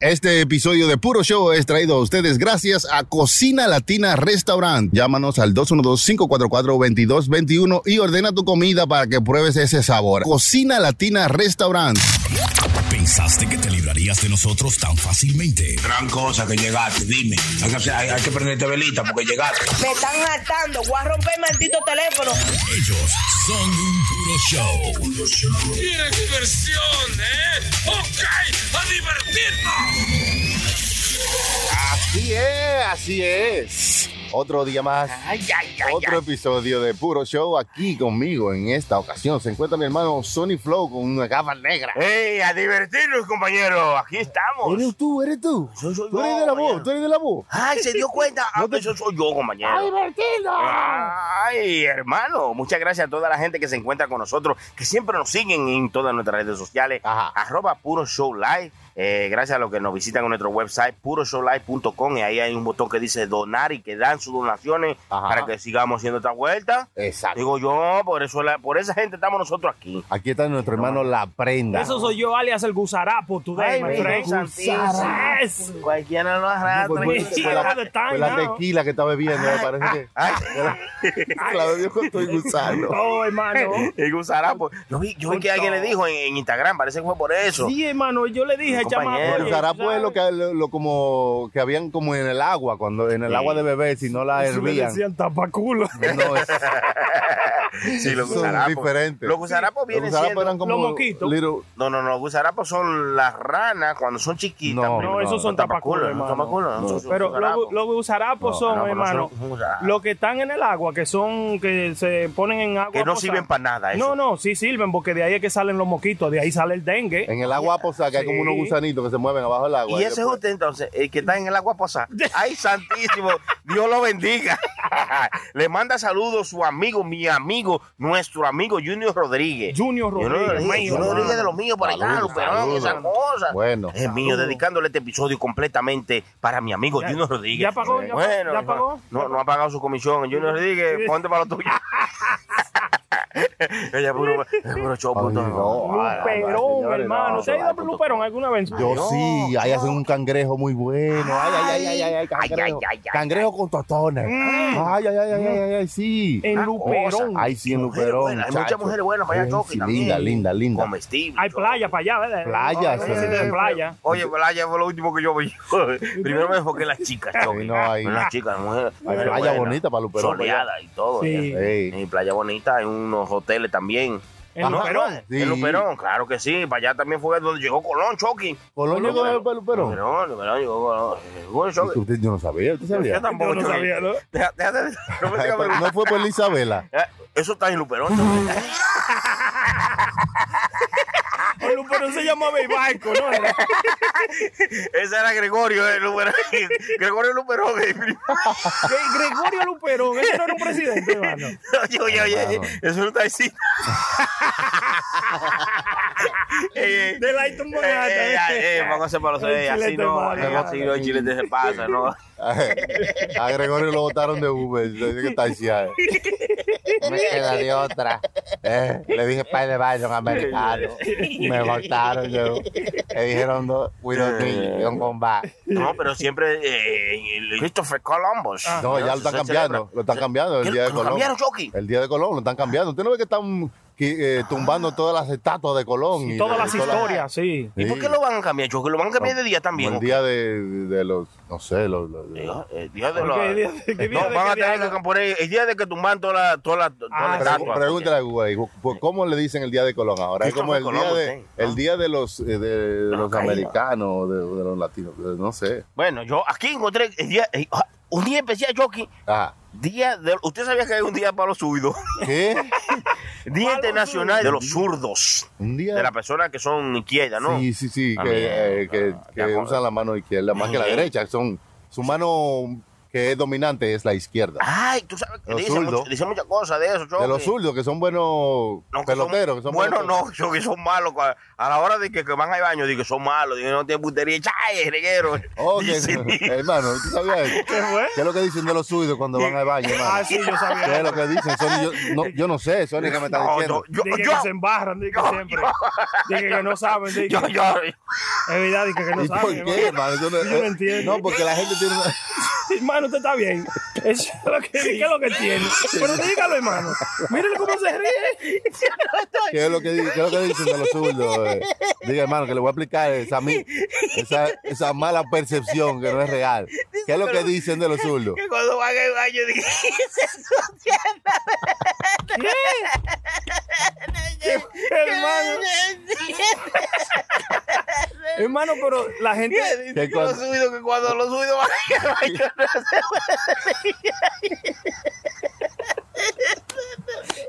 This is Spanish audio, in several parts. Este episodio de Puro Show es traído a ustedes gracias a Cocina Latina Restaurant. Llámanos al 212-544-2221 y ordena tu comida para que pruebes ese sabor. Cocina Latina Restaurant. ¿Pensaste que te librarías de nosotros tan fácilmente? Gran cosa que llegaste, dime. Hay que, hacer- hay- hay que prenderte velita porque llegaste. Me están hartando, voy a romper el maldito teléfono. Ellos son un puro show. ¡Qué diversión, eh! ¡Ok! ¡A divertirnos! Así es, así es. Otro día más. Otro episodio de Puro Show aquí conmigo en esta ocasión. Se encuentra mi hermano Sony Flow con una capa negra. ¡Ey! ¡A divertirnos, compañero! ¡Aquí estamos! Eres tú, eres tú. Soy- soy tú yo, eres de la voz, compañero. tú eres de la voz. ¡Ay, se dio cuenta! ¡Ah, pues eso soy yo, compañero! ¡A divertirnos! ¡Ay, hermano! Muchas gracias a toda la gente que se encuentra con nosotros, que siempre nos siguen en todas nuestras redes sociales. Ajá. Arroba Puro Show Live. Eh, gracias a los que nos visitan en nuestro website, puroshowlive.com. Y ahí hay un botón que dice donar y que dan sus donaciones Ajá. para que sigamos haciendo esta vuelta. Exacto. Digo yo, por eso la- por esa gente estamos nosotros aquí. Aquí está nuestro hermano La Prenda. Eso soy yo, alias el gusarapo, tú ves, Ay, my mi friend. santísimo. Yes. Cualquiera lo arrastra. Fue- Pues, fue la, fue la tequila que está bebiendo, me parece que. Se la bebió con todo el gusano. Oh, hermano. El gusarapo. pues". Yo vi, yo vi que alguien le dijo en, en Instagram, parece que fue por eso. Sí, hermano, yo le dije, chama, Compañero. El Oye, gusarapo es lo que, lo, lo como, que habían como en el agua, cuando en el Sí. agua de bebé, si no la Eso le hervían. decían tapaculo. No, es- Sí, los son gusarapos. diferentes. Los gusarapos Los vienen gusarapos pues, siendo- pues, eran como. Los moquitos. little- No, no, no, los gusarapos pues, son las ranas cuando son chiquitas. No, primo. no, No, esos son tapaculos, tapaculos, no, tapaculos, no, hermano. son- son Pero gusarapos. los los gusarapos No, son, no, pero hermano, son gusarapos. los que están en el agua, que son, que se ponen en agua. Que no posada. sirven para nada eso. No, no, sí sirven, porque de ahí es que salen los moquitos, de ahí sale el dengue. En el agua posada, que hay como Sí. unos gusanitos que se mueven abajo del agua. Y ese es después- usted entonces, el que está en el agua posada. ¡Ay, santísimo! Dios lo bendiga. Le manda saludos su amigo, mi amigo, nuestro amigo Junior Rodríguez. Junior Rodríguez, mío, Junior Rodríguez hermano. de los míos por allá, Saludos, Luperón, saludos. esas cosas. Bueno. Es mío, dedicándole este episodio completamente para mi amigo Ya- Junior Rodríguez. ya pagó, ya bueno, pagó, ya pagó. No, no ha pagado su comisión. Junior Rodríguez, ponte para lo tuyo. Ella puro, puro show, Ay, puto. no, ay, ay, Luperón, señores, hermano. no, ¿Usted ha ido a punto. Luperón alguna vez? Yo Oh, sí, ahí hacen un cangrejo muy bueno. Ay, ay, ay, ay, ay, ay, cangrejo. ay, ay, ay, Cangrejo con tostones. Mm. Ay, ay, ay, ay, ay, ay, ay, sí. En Luperón. Ay, sí, en Mujeres Luperón. buenas, hay muchas muchacho. mujeres buenas para allá, Ay, Choki, sí, también. Linda, linda, linda. Comestible. Hay Choki. playa para allá, ¿verdad? Playa, Sí, sí. sí, de playa. Oye, playa fue lo último que yo vi. Primero me enfoqué en las chicas, Choki. Sí, no, ahí- En las chicas, mujeres. Hay mujeres playa buenas, bonita para Luperón, para allá. Soleada y todo. Sí. ya. Ey. Y playa bonita, hay unos hoteles también. En Ah, no, Luperón. no, Sí. En Luperón, claro que sí. Para allá también fue donde llegó Colón, Choki. Colón llegó para Luperón. Luperón, Luperón llegó Colón. Llegó Es que Choki. Usted yo no sabía, usted sabía. Yo tampoco, Yo no Choki. sabía, ¿no? Deja- déjate de- no me digas No fue por la Isabela. vergüenza. Eso está en Luperón. Choki. El Luperón se llama Beibarco, ¿no? Era- Ese era Gregorio, eh, Luperón. Gregorio Luperón. eh, primo. Gre- Gregorio Luperón, ese no era un presidente, hermano. Oye, oye, oye, eso es un taxista. Ey, ey. De la Aiton Bonata. Ey, ey, ay, ey, póngase para los El ey, así chilete no, malo. no, si los chiletes se pasan, ¿no? A Gregorio lo botaron de Uber. Dice que está así, ay. Me quedaría otra. Eh, le dije para de baño americano. Me botaron yo. Le dijeron dos. We don't need you, don't come back. No, pero siempre eh, el Christopher Columbus. Ah. No, ya lo están Se cambiando. celebra. Lo están Se- cambiando el ¿Qué- día de lo Colón. cambiaron, Chucky? El día de Colón lo están cambiando. ¿Usted no ve que están que, eh, tumbando todas las estatuas de Colón? y Todas de- las historias, sí. ¿Y por qué lo van a cambiar, Chucky? Lo van a cambiar de día Como también. El día de, de los, no sé, los, los- los- Dios, eh, Día de ¿Por los. qué? ¿Día de- qué día No, de van a qué tener día? que poner. El día de que tumban toda la, toda la, toda la Ah, Pre- estatua. Pregúntale a Google, pues, ¿cómo le dicen el día de Colón ahora? Es como el Christopher día de, Columbus, ¿eh? el día de los, eh, de, de los caída. americanos, de, de los latinos, de- no sé. Bueno, yo aquí encontré el día- eh, ah, un día especial, Chucky. Ajá. Día de, usted sabía que hay un día para los zurdos. ¿Qué? Día Internacional de los Zurdos. Un día. De las personas que son izquierdas, ¿no? Sí, sí, sí, Ah, que, mira, eh, que- ah, que ya, bueno. usan la mano izquierda más que la Sí. derecha. Son su mano que es dominante es la izquierda. Ay, tú sabes que Los dicen, zurdos. mucho- dicen muchas cosas de eso, Choque. De los zurdos, que son buenos Ah, No, que peloteros. son- que son bueno, buenos- no, Choque, son malos. A, a la hora de que, que van al baño, digo, son malos. Digo, no tienen puntería. ¡Chay, reguero! Oh, que- Dicen- hermano, ¿tú sabías eso? ¿Qué fue? ¿Qué es lo que dicen de los zurdos cuando van al baño, hermano? Ah, sí, yo sabía. ¿Qué es lo que dicen? Son- yo, no, yo no sé, Sony, ¿qué me está No, diciendo? yo, yo, Dije que se yo, embarran, dije yo- siempre. yo- Dije que no saben, dije. yo, yo- Es verdad, dije que no ¿Y saben. por qué, hermano. hermano? Eso no, Yo no entiendo. No, porque la gente tiene una... Hermano, usted está bien. Eso es lo que, ¿qué es lo que tiene. Pero dígalo, hermano. Mírenlo cómo se ríe. ¿Qué es lo que, di- qué es lo que dicen de los zurdos? eh? Diga, hermano, que le voy a explicar esa, mi- esa, esa mala percepción que no es real. ¿Qué es lo que dicen de los zurdos? que cuando van al baño, digo, hermano. hermano, pero la gente. Yo Que lo cuando- subido que cuando lo subido va a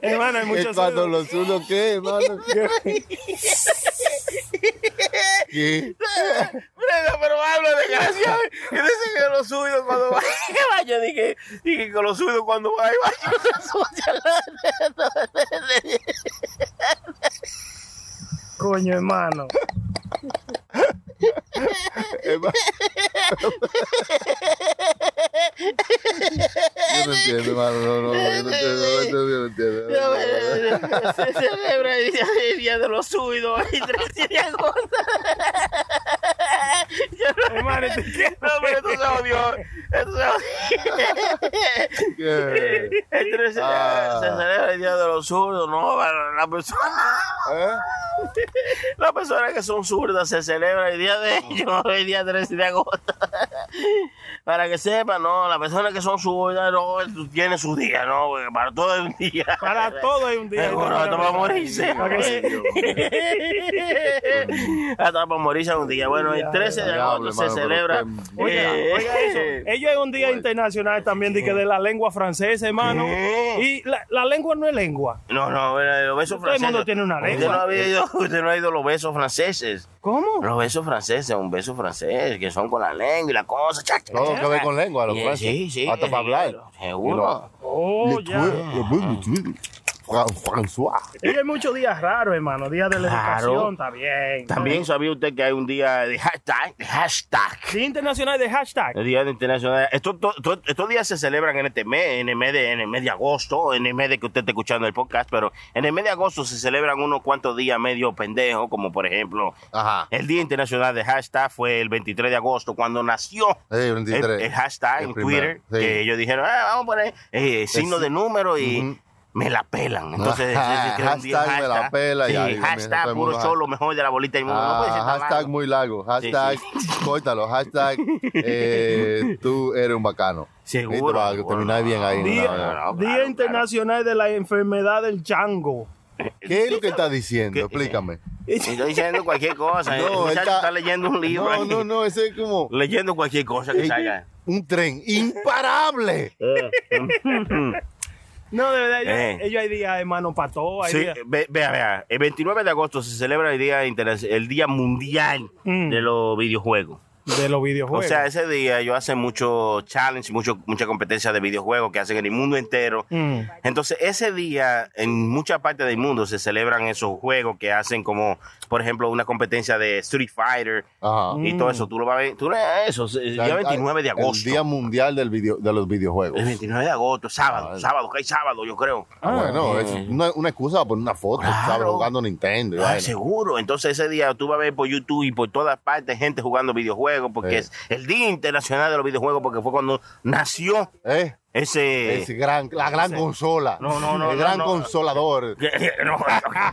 Hermano, hay que muchos. cuando zurdos. los zurdos, ¿qué, hermano? ¿Qué? ¿Qué? Brenda, pero habla de gracia. Y dice que lo subido cuando va al baño. Dije, dije que lo subido cuando va al baño. se sucia la- Coño, hermano. Hermano. Yo no entiendo, hermano. No, no, yo no entiendo, no entiendo, yo no entiendo. Se celebra el día- el día de los subidos. Y 13 de agosto. hermano, ¿te qué? No, pero esto se odió. Esto se odió. ¿Qué? El 13 de Ah. se celebra el día de los zurdos, ¿no? Para La persona. ¿Eh? Las personas que son zurdas se celebra el día Ah. de ellos, el día 13 de agosto. Para que sepan, no, las personas que son zurdas no tienen su día, no, Porque para todo es un día. Para todo hay un día. Seguro, hasta para morirse. Para que se- Hasta para morirse es un día. Bueno, el 13 de Diablo, agosto se hermano, pero celebra. qué eh, Oiga, oiga eso. Ellos hay un día internacional también de, que de la lengua francesa, hermano. Mm. Y la, la lengua no es lengua. No, no, bueno, los besos Todo el franceses. mundo tiene una Usted no, lengua. había ido, usted no ha ido a los besos franceses. ¿Cómo? Los besos franceses, un beso francés, que son con la lengua y la cosa. cha, cha, Todo cha. que ver con lengua, los Sí, franceses. sí, sí, eh, Hasta para hablar. seguro, Seguro. Oh, ya. François. Ellos hay muchos días raros, hermano. Días de la Claro. educación, está bien. También sabía usted que hay un día de hashtag, de hashtag. Día internacional de hashtag. El Día Internacional. Estos, to- to- estos días se celebran en este mes, en el mes de, en el mes de agosto, en el mes de que usted está escuchando el podcast, pero en el mes de agosto se celebran unos cuantos días medio pendejos, como por ejemplo, Ajá. el Día Internacional de Hashtag fue el 23 de agosto, cuando nació Sí, el 23. el, el hashtag El en primero, Twitter, sí. que ellos dijeron, ah, vamos a poner eh, signo de número y Ujú. me la pelan. Entonces, Ajá, se creó un día, hashtag me la pela, Sí, ya, digo, mira, hashtag todo el puro mundo- cholo, mejor de la bolita del mundo. no puede ser Ah, tan hashtag malo. muy largo. Hashtag, córtalo. Hashtag, eh, tú eres un bacano. Seguro, ¿Viste? Para que seguro. termináis bien ahí. ¿no? Día, No, no. claro, Día claro. internacional de la enfermedad del chango. ¿Qué es lo que estás diciendo? ¿Qué? Explícame. Estoy diciendo cualquier cosa. No, el muchacho está- está... leyendo un libro. No, ahí. no, Eh, no. Ese es como Leyendo cualquier cosa que salga. un tren imparable. No, de verdad, ellos, Eh. ellos hay días, hermano, para todo. Hay Sí, días. ve- vea, vea. El 29 de agosto se celebra el Día, Interna- el día Mundial Mm. de los Videojuegos. De los videojuegos. O sea, ese día yo hace mucho challenge, mucho, mucha competencia de videojuegos que hacen en el mundo entero. Mm. Entonces, ese día, en mucha parte del mundo se celebran esos juegos que hacen como, por ejemplo, una competencia de Street Fighter Ajá. Mm. y todo eso. Tú lo vas a ver, tú lees eso, el día 29 de agosto. El día mundial del video, de los videojuegos. El 29 de agosto, sábado, Ah, sábado, que hay sábado, yo creo. Ah, bueno, es una, una excusa para poner una foto, Claro. ¿sabes? Jugando Nintendo. y Ah, vaina. seguro. Entonces ese día tú vas a ver por YouTube y por todas partes gente jugando videojuegos, porque Sí. es el Día Internacional de los Videojuegos, porque fue cuando nació ¿Eh? ese... Es gran, la gran consola. No, no, no, El no, gran no. consolador. No,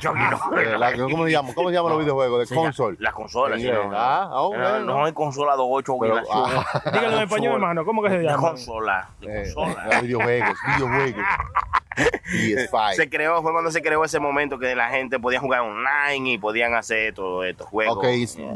Chucky, no. Eh, la- ¿Cómo se llama? ¿Cómo se llaman los videojuegos? De Sí, console. La, la consola, En sí, inglés. no, no. Ah, ah, ok, no, no. no hay consola 28 Pero, Pero, ah, Dígalo en español, hermano. ¿Cómo que se La llama? consola, la eh, consola. eh, videojuegos, videojuegos. Se PS5. creó, fue cuando se creó ese momento que la gente podía jugar online y podían hacer todos estos juegos. Ok,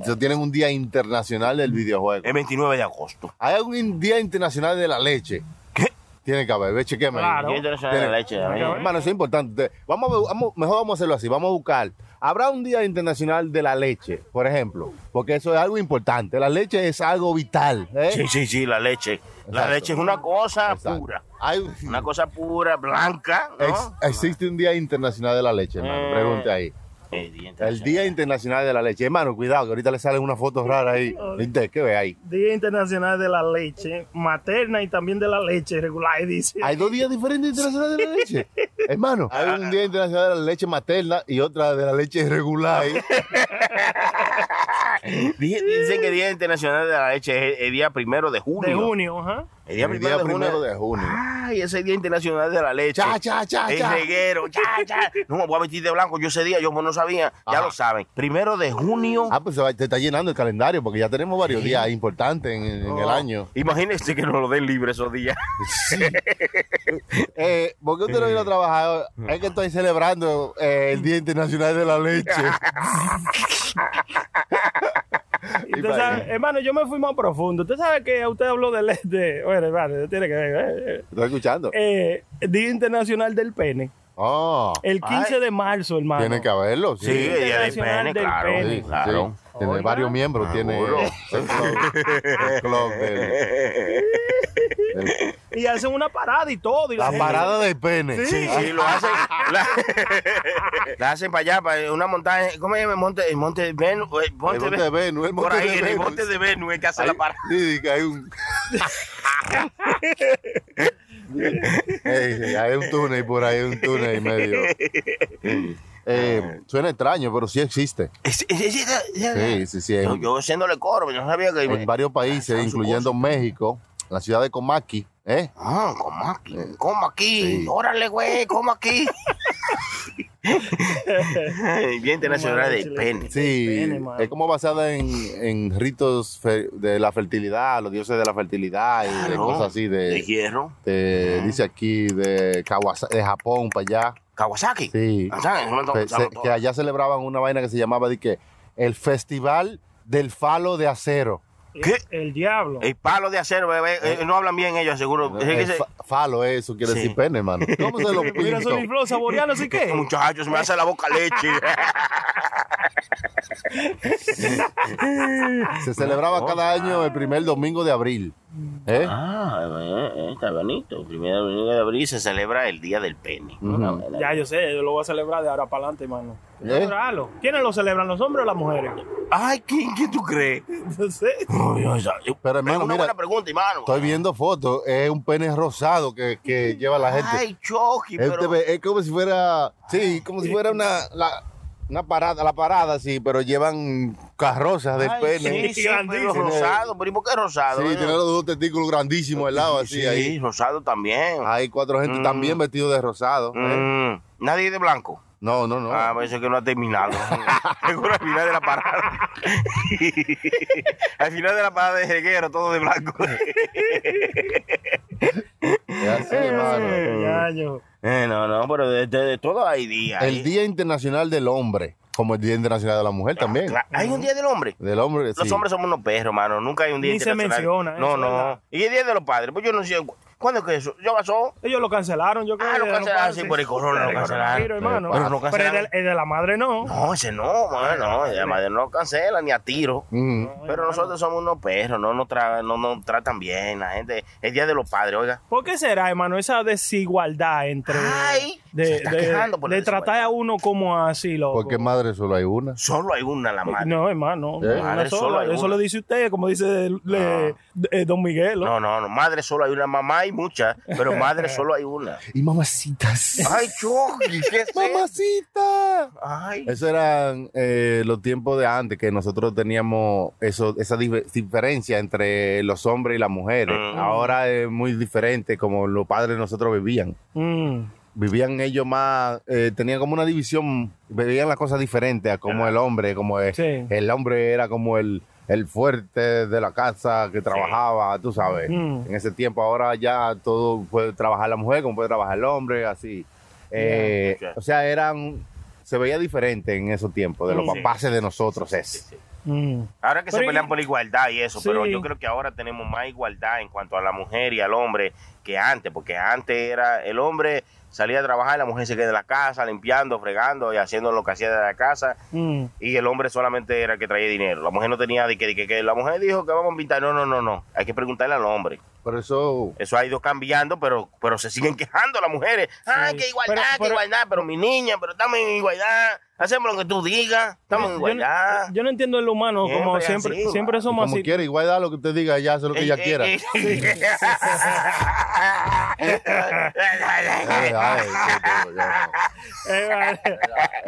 se tienen un día internacional del videojuego. El 29 de agosto. ¿Hay algún día internacional de la leche? ¿Qué? Tiene que haber, ve, chequeme. Claro. Día Internacional de la Leche, a mí. Hermano, eso es importante. Vamos a, bu- vamos- mejor vamos a hacerlo así. Vamos a buscar. Habrá un día internacional de la leche, por ejemplo, porque eso es algo importante. La leche es algo vital. ¿eh? Sí, sí, sí, la leche. La Exacto. leche es una cosa Exacto. pura. Hay un- Una cosa pura, blanca, ¿no? ex- existe un Día Internacional de la Leche, hermano. Eh. Pregunte ahí. El Eh, día El internacional. Día Internacional de la Leche. Hermano, cuidado, que ahorita le salen unas fotos raras ahí. ¿Viste? ¿Qué ve ahí? Día Internacional de la Leche Materna y también de la leche regular, dice. Hay dos días diferentes internacionales de la leche. Hermano, Ah. hay un Día Internacional de la Leche Materna y otra de la leche regular. ahí. Ah. Dije- Dicen que el Día Internacional de la Leche es el día primero de junio. de junio, ajá. El día El primero, día de, primero junio. de junio. Ay, ese Día Internacional de la Leche. Cha, cha, cha, El cha. reguero, cha, cha. No me voy a vestir de blanco. Yo ese día, yo no sabía. Ya Ajá. lo saben. Primero de junio. Ah, pues se, va- te está llenando el calendario porque ya tenemos varios días importantes en, en Oh. el año. Imagínense que nos lo den libre esos días. Eh, ¿Por qué usted no vino a trabajar? Es que estoy celebrando eh, el Día Internacional de la Leche. Y usted sabe- hermano, yo me fui más profundo. Usted sabe que usted habló de, le- de bueno, hermano, tiene que ver. eh, ¿Estás escuchando? eh, Día Internacional del Pene. Oh, El 15 de marzo, hermano. tiene que haberlo. Sí, el día del Internacional pene, del claro. pene. Sí, claro. sí. Tiene Oiga. varios miembros, tiene Seguro. el club, el club del- del- Y hacen una parada y todo. Y la la gente- parada de pene. Sí, sí, lo hacen. La, la hacen para allá, para una montaña. ¿Cómo se llama? El monte, el monte de Venus. El monte, El monte de Venus, el monte Por ahí, de en el Venus. monte de Venus es que hace Hay- la parada. sí, que hay un. Ey, sí, hay un túnel por ahí, un túnel y medio. Eh, suena extraño, pero sí existe. Es- es- es- es- Sí, sí, sí. Yo, En, yo haciéndole coro, yo no sabía que. en varios países, incluyendo México, la ciudad de Comaki, ¿eh? Ah, como aquí, como aquí, órale, güey, como aquí. Bien internacional de pene. Sí, Pene, mano. es como basada en, en ritos fe- de la fertilidad, los dioses de la fertilidad y de Claro. cosas así. De De, hierro. de- dice aquí de, Kawasa- de Japón para allá. Kawasaki. Sí. Ah, ¿sabes? No me Fe- toco- se- toco- que allá celebraban una vaina que se llamaba de que el Festival del Falo de Acero. ¿Qué? El diablo. El palo de acero, bebé. eh, no hablan bien ellos, seguro. Es que El se- Eh, fa- falo, eso quiere Sí. decir pene, hermano. ¿Cómo se lo Mira, pinto? Sony Flow saboreando, así que. Muchachos, me hace la boca leche. Se celebraba cada año el primer domingo de abril. ¿Eh? ah, eh, eh, está bonito. Primero domingo de abril se celebra el Día del Pene. Ujú. Ya, yo sé, yo lo voy a celebrar de ahora para adelante, hermano. ¿Eh? Celebrarlo. ¿Quiénes lo celebran, los hombres o las mujeres? Ay, ¿quién, quién tú crees? Entonces, Oh, Dios, yo- es Pero, hermano, una mira, buena pregunta, hermano. Estoy viendo fotos, es un pene rosado que, que lleva la gente. Ay, Chucky, Él pero... te ve- es como si fuera, sí, como si fuera una, la- una parada, la parada, sí, pero llevan carrozas de Ay, pene. Sí, sí, Grandísimo. pero rosado, pero ¿y por qué rosado? Sí, eh? tiene los dos testículos grandísimos al lado, así Sí, ahí. rosado también. Hay cuatro gente también vestidos de rosado. ¿eh? Mm, Nadie de blanco. No, no, no. Ah, pues eso que no ha terminado. es una final de la parada. Al final de la parada de reguero, todo de blanco. Es así, hermano. ya, yo. Eh, no, no, pero de, de- de todo hay días. El Día eh. Internacional del Hombre, como el Día Internacional de la Mujer también. Cla- Hay un día del hombre. Del hombre, sí. Ah, Los hombres somos unos perros, hermano. Nunca hay un día Ni se internacional. menciona, No, eso es no. verdad. Y el día de los padres. Pues yo no sé. cu- ¿Cuándo es que eso? ¿Ya pasó? Ellos lo cancelaron, yo creo. Ah, lo ya no cancelaron, pueden, sí, por el corona, lo Pero, cancelaron. pero, hermano. Pero no Pero el de, cancelaron. el de la madre no. No, ese no, mano. No, la madre no cancela ni a tiro. Mm. Pero nosotros somos unos perros, no nos, tra- no nos tratan bien. La gente, el día de los padres, oiga. ¿Por qué será, hermano, esa desigualdad entre. Ay, de, se está de- quejando por pues. la de tratar a uno como así, loco. Porque madre solo hay una. Solo hay una la madre. No, No, hermano. ¿Eh? una Madre, solo sola. hay Eso una. Ah. lo dice usted, como dice le- eh, Don Miguel. ¿no? no, no, madre solo hay una, mamá hay muchas, pero madre solo hay una. Y mamacitas. Ay, Chucky, ¿qué es eso? ¡Mamacita! Ay, Esos eran eh, los tiempos de antes que nosotros teníamos eso, esa dif- diferencia entre los hombres y las mujeres. Mm. Ahora es muy diferente como los padres de nosotros vivían. Mm. Vivían ellos más, eh, tenían como una división, veían las cosas diferentes a como el hombre, como el, Sí. el hombre era como el, el fuerte de la casa que trabajaba, tú sabes. Mm. En ese tiempo ahora ya todo puede trabajar la mujer como puede trabajar el hombre, así. Eh, Ya. O sea, eran, se veía diferente en esos tiempos de los Sí. papás de nosotros. Es. Mm. ahora que se Pero y- pelean por la igualdad y eso, Sí. pero yo creo que ahora tenemos más igualdad en cuanto a la mujer y al hombre que antes, porque antes era el hombre salía a trabajar, la mujer se quedaba en la casa limpiando, fregando y haciendo lo que hacía de la casa. Mm. y el hombre solamente era el que traía dinero. La mujer no tenía de que, de que, que la mujer dijo que vamos a pintar. No, no, no, no. Hay que preguntarle al hombre. Por eso. Eso ha ido cambiando, pero, pero se siguen quejando las mujeres. Ah, Sí. que igualdad, Pero- que pero- igualdad, pero mi niña, pero estamos en igualdad. Hacemos lo que tú digas, estamos en Yo- igualdad. Yo, no entiendo el humano, como Siempre siempre, así, siempre mano. y somos Como así. Eh, quiera, igual da lo que usted diga, ya hace lo que ella Ey, quiera. ey, ey. Ay, ay, yo- yo- Eh, yo no. vale. Hola.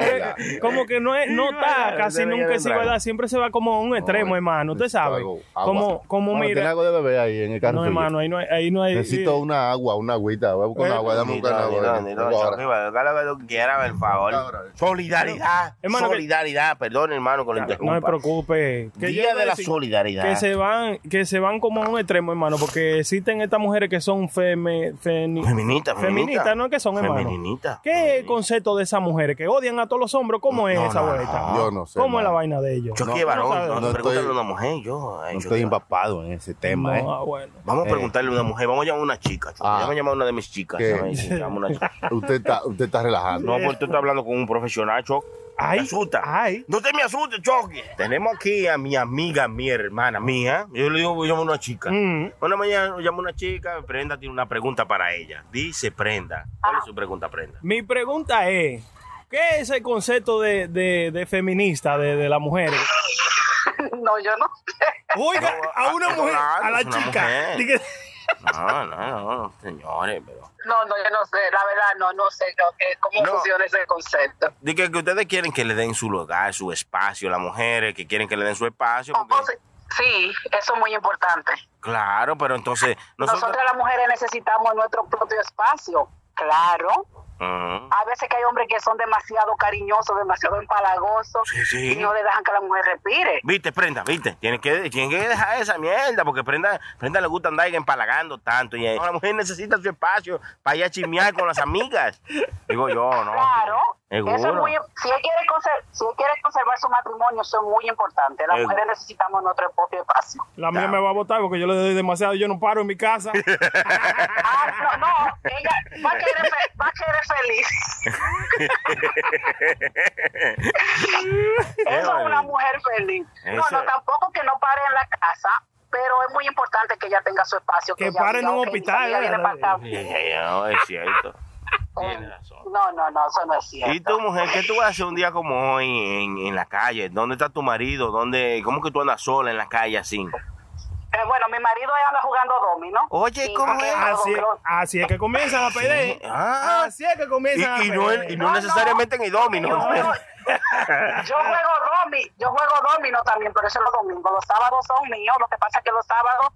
Eh, como que no es, no está, casi Debería nunca es entrar. igualdad, siempre se va como a un extremo, hermano, usted necesito sabe. algo, agua. Como, como Mano, ¿Tiene mira. algo de bebé ahí en el carro? No, tuyo? hermano, ahí no hay, ahí no hay. Necesito una agua, una agüita. Voy a buscar Eh, una agua, dame un Ni can no, ni no, agua. ni Tengo no, ahora. Chapi, haga lo que quiera, por favor. Ahora. Solidaridad, Hermano, que- solidaridad, perdón, hermano, que lo No me interrumpa. preocupe. Que yo Día iba a de la decir solidaridad. Que se van, que se van como a un extremo, hermano, porque existen estas mujeres que son feme, feni- Feminita, feminita. feministas, ¿no? Que son, hermano. Feminita. ¿Qué es el concepto de esas mujeres que odian a todos los hombres? ¿Cómo es No, esa no, vuelta? no, yo no sé, ¿Cómo es la hermano. vaina de ellos? Yo No, qué varón, no no, estoy- pregúntale a una mujer, yo. ay, No yo- estoy empapado en ese tema, ¿eh? No, ah, bueno. Vamos a Eh. preguntarle a una mujer, vamos a llamar a una chica. chulo. Ah. Vamos a llamar a una de mis chicas. ¿Qué? ¿sabes? Sí, llama a una chica. Usted está, usted está relajando. No, porque tú estás hablando con un profesional, Choc. Ay, te asusta. ay. No te me asustes, Choque. Tenemos aquí a mi amiga, mi hermana mía. Yo le digo, voy a llamar a una chica. Mm. Una mañana llamo a una chica, Prenda tiene una pregunta para ella. Dice Prenda. ¿Cuál es su pregunta, Prenda? Mi pregunta es, ¿qué es el concepto de, de, de feminista de, de las mujeres? No, yo no sé. Oiga, No, a una ah, mujer, claro, a la es una chica. mujer. Dije, No, no, no, señores, pero. No, no, yo no sé. La verdad, no, no sé yo qué- cómo No. funciona ese concepto. Dice que ustedes quieren que le den su lugar, su espacio, las mujeres que quieren que le den su espacio. O- o Porque, se- Sí, eso es muy importante. claro, pero entonces nosotros. Nosotras las mujeres necesitamos nuestro propio espacio. Claro. Ujú. Hay veces que hay hombres que son demasiado cariñosos, demasiado empalagosos Sí, sí. y no le dejan que la mujer respire. Viste, prenda, viste. Tienen que, tienen que dejar esa mierda, porque prenda, prenda le gusta andar empalagando tanto. Y eh, la mujer necesita su espacio para ir a chismear con las amigas. Digo yo, no. Claro. Seguro. Eso es muy, si, él quiere conser- si él quiere conservar su matrimonio, eso es muy importante. Las Seguro. mujeres necesitamos nuestro propio espacio. la mía me va a votar porque yo le doy demasiado, yo no paro en mi casa. Ah, no, no, ella va a querer, fe- va a querer feliz. Eso es una mujer feliz. No, Eso no, es. tampoco que no pare en la casa, pero es muy importante que ella tenga su espacio. Que ella pare en diga, un "Ok, mi hospital, familia viene ¿verdad? para acá". Eh, Sí, no, es cierto. Tienes razón. No, no, no, eso no es cierto. Y tú, mujer, ¿qué tú vas a hacer un día como hoy en, en la calle? ¿Dónde está tu marido? ¿Dónde, ¿Cómo que tú andas sola en la calle así? Eh, bueno, mi marido ahí anda jugando domino. Oye, Y ¿cómo no es? Ah, quiero Así, dominó. así es que comienzan a pedir. Ah. Así es que Y, comienzan y a no, pedir. y no No, necesariamente en idómino. Yo juego, yo juego domi, yo juego domino también, pero eso es los domingos. Los sábados son míos. Lo que pasa es que los sábados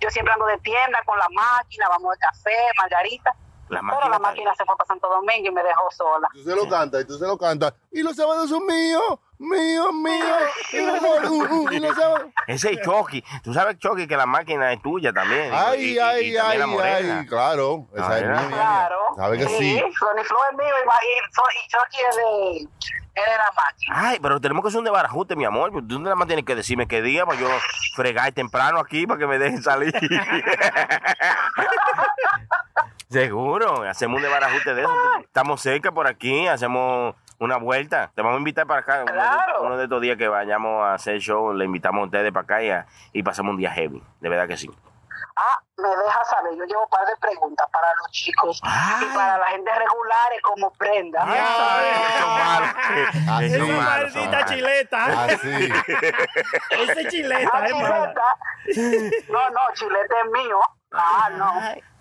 yo siempre ando de tienda con la máquina, vamos de café, margarita. La pero máquina la máquina se fue para Santo Domingo y me dejó sola. Tú se lo cantas, y tú se lo cantas. Y los sábados son míos, míos, míos. Y los sábados, uh, uh, y los sábados. Ese es Chucky. Tú sabes, Chucky, que la máquina es tuya también. Y- y- Ay, y ay, también ay, la morena. ay. Claro, esa es Morena. mía. Claro. ¿Sabe que sí? Sony Flow es mío y, y, so- y Chucky es de, es de la máquina. Ay, pero tenemos que hacer un de barajute, mi amor. Tú nada más tienes que decirme qué día para yo fregar temprano aquí para que me dejen salir. Seguro, hacemos un de barajute de eso. Estamos cerca por aquí, hacemos una vuelta. Te vamos a invitar para acá. uno de- Claro. Uno de estos días que vayamos a hacer show, le invitamos a ustedes para acá y, a- y pasamos un día heavy. De verdad que sí. Ah, me deja saber. Yo llevo un par de preguntas para los chicos y para la gente regulares como prenda. Ah, Así, eso es malo. Esa son malos, eso es maldita malo. chileta. ¿eh? Así. Esa chileta ¿eh? Ah, es mala. Chileta. No, no, Chilete es mío. Ah, no.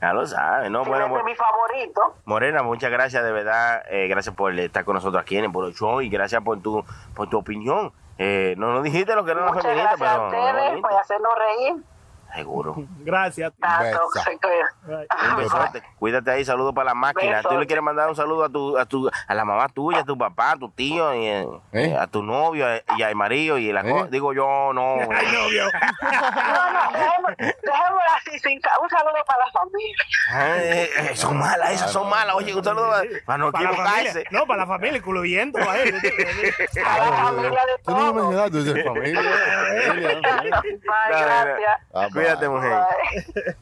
Ya lo sabes, ¿no? Bueno, Chilete pues, es bueno. mi favorito. Morena, muchas gracias de verdad. eh, gracias por estar con nosotros aquí en el Puro Show y gracias por tu, por tu opinión. Eh, no nos dijiste lo que eran las Muchas feministas, gracias pero. a ustedes pues, por hacernos reír. Seguro. Gracias. Tanto, beso. se que- Right. Un besote. Cuídate ahí, saludo para la máquina. Tú le Besote. quieres mandar un saludo a tu, a tu, a la mamá tuya, a tu papá, a tu tío, y, eh, ¿Eh? a tu novio eh, y al marido y la ¿Eh? co- Digo yo, no. Ay, novio. No, no, dejemos- dejémoslo así. Sin ca- un saludo para la familia. Ay, eh, son malas, esas son malas. Oye, un saludo para, para no Para la familia. equivocarse. No, para la familia, incluyendo a él. Para la familia de Tú no me todos. mencionaste, tú dices familia. familia. Bye, Dale, gracias. eh. Ah, Cuídate, va. mujer. Bye.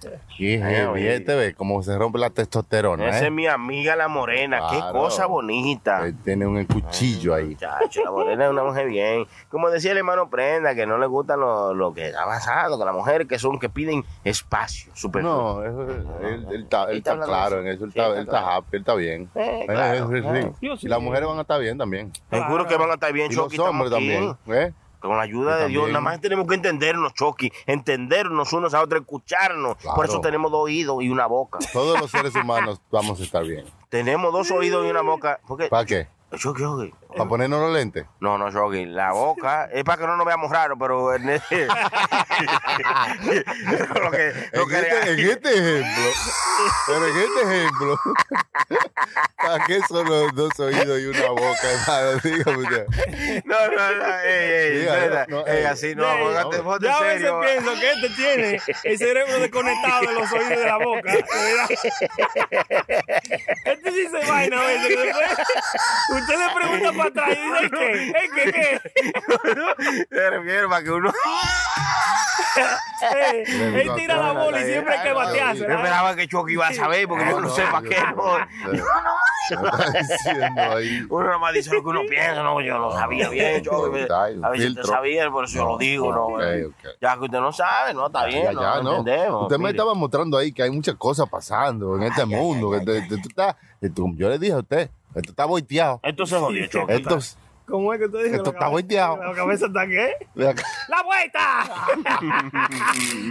oye. Qué heavy, este ve cómo se rompe la testosterona. Esa ¿eh? es mi amiga la morena. Qué Claro. cosa bonita. Él tiene un cuchillo ahí. Chacho, la morena es una mujer bien. Como decía el hermano Prenda, que no le gustan lo, lo que está pasando, que las mujeres que son, que piden espacio. espacio, super. No, eso, él, él está, él Sí, está está claro hablando en de eso. eso. Sí, Él está, está él está claro. happy, él está bien. Eh, Eh, claro, eso sí. claro. Yo sí. Y las mujeres van a estar bien también. Seguro que van a estar bien, Y Chucky. los hombres estamos aquí. también. ¿eh? Con la ayuda Y de Dios, también- nada más tenemos que entendernos, Chucky, entendernos unos a otros, escucharnos. Claro. Por eso tenemos dos oídos y una boca. Todos los seres humanos vamos a estar bien. tenemos dos oídos y una boca. Porque, ¿Para qué? Chucky, Chucky. ¿Para ponernos los lentes? No, no, Chucky, la boca es para que no nos veamos raros, pero en este- lo que, lo En que- este, en este ejemplo, pero en este ejemplo, ¿para qué son los dos oídos y una boca, hermano? Dígame usted. No, no, no, ey, ey, Diga, espera, no, ey, ey, así no, ey, póngate no. ponte Ya a veces serio. pienso que este tiene el cerebro desconectado de los oídos y de la boca. ¿verdad? Este sí se vaina a veces. que después usted le pregunta para atrás y dice, ¿qué? ¿Eh, ¿Qué? ¿Qué? Te refiero para que uno Eh, él tira la bola y siempre hay que batearse. yo ¿verdad? esperaba que Chucky iba a saber, porque yo no sé para qué. no. no. yo- yo- está diciendo ahí. Uno nada más dice lo que uno piensa, no, yo lo sabía bien, Chucky. me- Está ahí, un A veces usted filtro. sabía, por eso yo lo digo, no. Ok, eh. ok. Ya que usted no sabe, no, está bien, Ya, no, ya, no. entendemos. Usted me mire. estaba mostrando ahí que hay muchas cosas pasando en este mundo. que te- te- tú estás- que tú- yo le dije a usted, esto está boiteado. Esto se jodió, Chucky. Esto, ¿Cómo es que usted dice? Esto La está cabeza- volteado. La cabeza está qué? Eh, ¡La vuelta!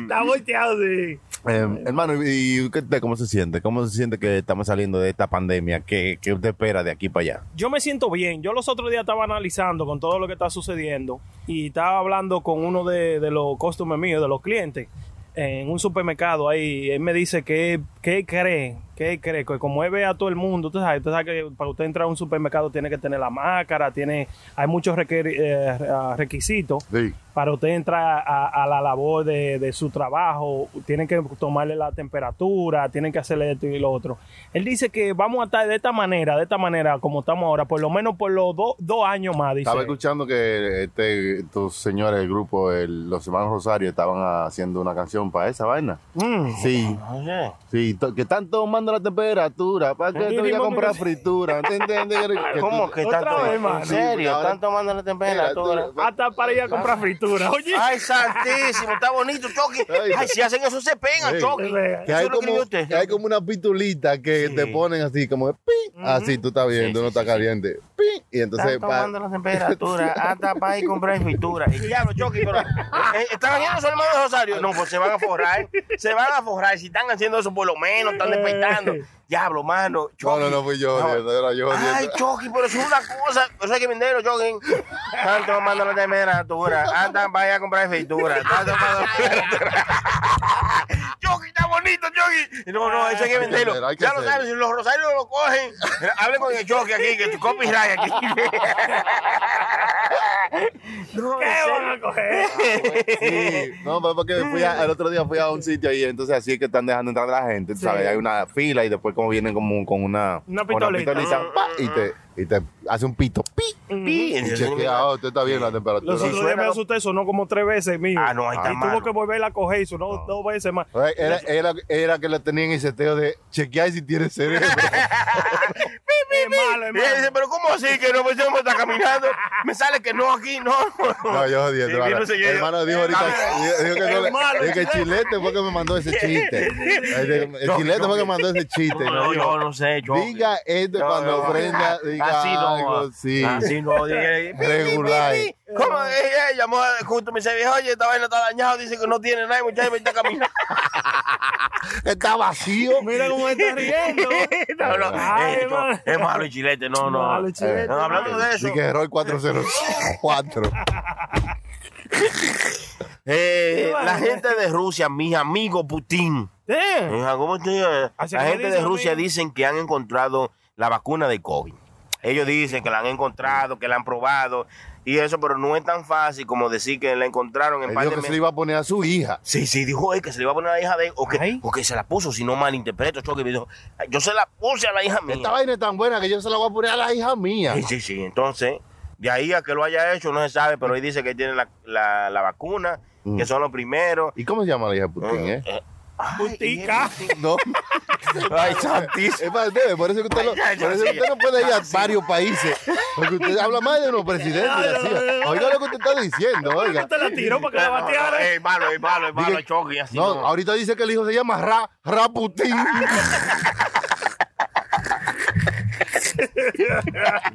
está volteado, sí. Eh, hermano, ¿y y qué te- cómo se siente? ¿Cómo se siente que estamos saliendo de esta pandemia? ¿Qué, qué usted espera de aquí para allá? yo me siento bien. Yo los otros días estaba analizando con todo lo que está sucediendo y estaba hablando con uno de, de los customers míos, de los clientes, en un supermercado ahí. Él me dice que, que cree, que cree, que como él ve a todo el mundo, usted sabe, usted sabe que para usted entrar a un supermercado tiene que tener la máscara, tiene, hay muchos requer- eh, ah, requisitos Sí. para usted entrar a, a la labor de, de su trabajo, tienen que tomarle la temperatura, tienen que hacerle esto y lo otro. Él dice que vamos a estar de esta manera, de esta manera, como estamos ahora, por lo menos por los dos dos años más, dice. Estaba escuchando que este, estos señores del grupo, el- los hermanos Rosario, estaban haciendo una canción para esa vaina. Mm. Sí, Oye. sí, to- que están tomando la temperatura. ¿Para que te voy a comprar fritura? ¿Te entiendes? Que- ¿Cómo que Otra tanto? vez, ¿En mano. serio? Ahora- ¿Están tomando la temperatura? Hasta para ir a comprar fritura. Oye, Ay, santísimo, está bonito, Chucky. Ay, Ay, si hacen eso se pegan, Ey. Chucky. Que Eso hay, es lo que como, vio usted. que hay como una pitulita que Sí. te ponen así, como de pi, así tú estás bien, Sí, tú no sí, estás sí, caliente. Pi, y entonces, Están tomando pa- la temperatura hasta para ir a comprar fritura. Y diablo, Chucky, pero eh, están haciendo eso hermano de Rosario. No, pues se van a forrar. Se van a forrar. Si están haciendo eso, por lo menos están despertando. Diablo, mano. Eh. no, Chucky. no, no fui yo, No. Dios, era yo. Dios. Ay, Chucky, pero eso es una cosa. Eso hay que venderlo, Chucky. Están tomando la temperatura. Hasta para ir a comprar fritura. Están tomando la temperatura. Chucky, está bonito, Chucky. No, no, eso hay que venderlo. Hay que ya lo hacerlo. sabes, si los rosarios lo cogen, hable con el Chucky aquí, que tu copyright aquí. No, ¿qué en serio. Ah, van a coger? Sí, no, fue porque fui a- el otro día fui a un sitio y entonces así es que están dejando entrar a la gente, tú ¿sabes? Hay una fila y después como vienen como con una, Una con pistolita. pa, y, te, y te hace un pito, pi, Pi, en y serio. chequea, oh, usted está bien la temperatura. Los Sí, otros días suena me lo- asusté, sonó como tres veces, mío. Ah, no, ahí está y malo. tuvo que volverla a coger y sonó dos veces más. Ay, Era, era, era que le tenían el seteo de chequear si tiene cerebro. Es malo, es Y ella dice, malo. pero ¿cómo así? Que no, pues yo me está caminando. Me sale que no aquí, no. No, yo jodí, Sí, hermano. vino ese El hermano dijo ahorita. dijo- dijo que, no le- Hermano, dijo que Chilete fue que me mandó ese chiste. El, el No, Chilete no, fue que no. mandó ese chiste. No, ¿no? yo no sé, Chucky. Diga este No, cuando no. ofrenda, diga así algo no, así. así Ah, no, dije, pi, pi, Regular. pi, pi. ¿Cómo? Ella llamó a- justo, me dice, viejo, oye, esta vaina está dañada, dice que no tiene nada, y muchacha, me está caminando. Está vacío. Mira cómo está riendo. No, no, Ay, eh, no, hermano. es malo el chilete, no, no. Malo, chilete. No, hablando de eso, Diga Error 404. eh, Qué la malo. gente de Rusia, mis amigos Putin, Eh, eh, ¿cómo te- eh, Así la que gente de dicen, Rusia amigo. dicen que han encontrado la vacuna de COVID. Ellos dicen que la han encontrado, que la han probado y eso, pero no es tan fácil como decir que la encontraron en Él par de dijo que se meses. le iba a poner a su hija. Sí, sí, dijo él que se le iba a poner a la hija de él o que, Ay. o que se la puso, si no malinterpreto. Chucky, me dijo, yo se la puse a la hija mía. Esta vaina es tan buena que yo se la voy a poner a la hija mía. Sí, sí, sí. Entonces, de ahí a que lo haya hecho, no se sabe, pero él dice que tiene la, la, la vacuna, Mm. que son los primeros. ¿Y cómo se llama la hija de Putin, Eh, eh? eh, Putica. No. Ay, santísimo. Es más, debe, por eso que usted, lo- Ay, ya, por eso ya, que usted ya. no puede ir Ya, a sí. varios países. Porque usted habla más de unos presidentes. y así. Oiga lo que usted está diciendo, oiga. Te la tiro para que la bateara. Es malo, es malo, es malo, Dije- choque y así. No, no. ahorita dice que el hijo se llama Ra, Raputín.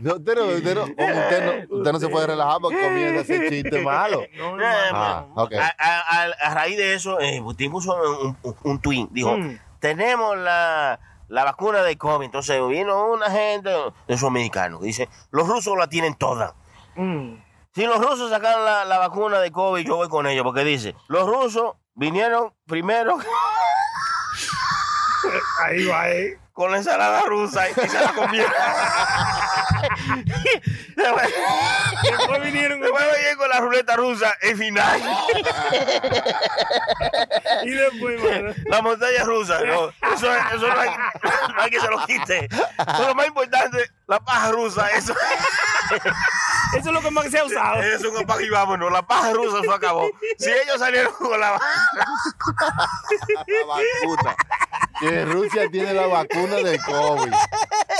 No, usted, no, usted, no, usted no- usted no se puede relajar porque comienza ese chiste malo. Eh, bueno, Ah, ok. a, a- a- a raíz de eso, eh, Putin puso un, un, un tweet. Dijo, Mm. tenemos la, la vacuna de COVID. Entonces vino una gente de esos mexicanos que dice, los rusos la tienen toda. Mm. Si los rusos sacaron la, la vacuna de COVID, yo voy con ellos, porque dice, los rusos vinieron primero Ahí va, eh. con la ensalada rusa y, y se la comieron. Después vinieron Después vinieron con la ruleta rusa y final. y después, mano. La montaña rusa, no. Eso, eso no, hay, no hay que se lo quite. Pero lo más importante, la paja rusa, eso, Eso es lo que más se ha usado. eso es un apago y vámonos. La paja rusa, eso acabó. Si ellos salieron con la La vacuna. Que Rusia tiene la vacuna de COVID.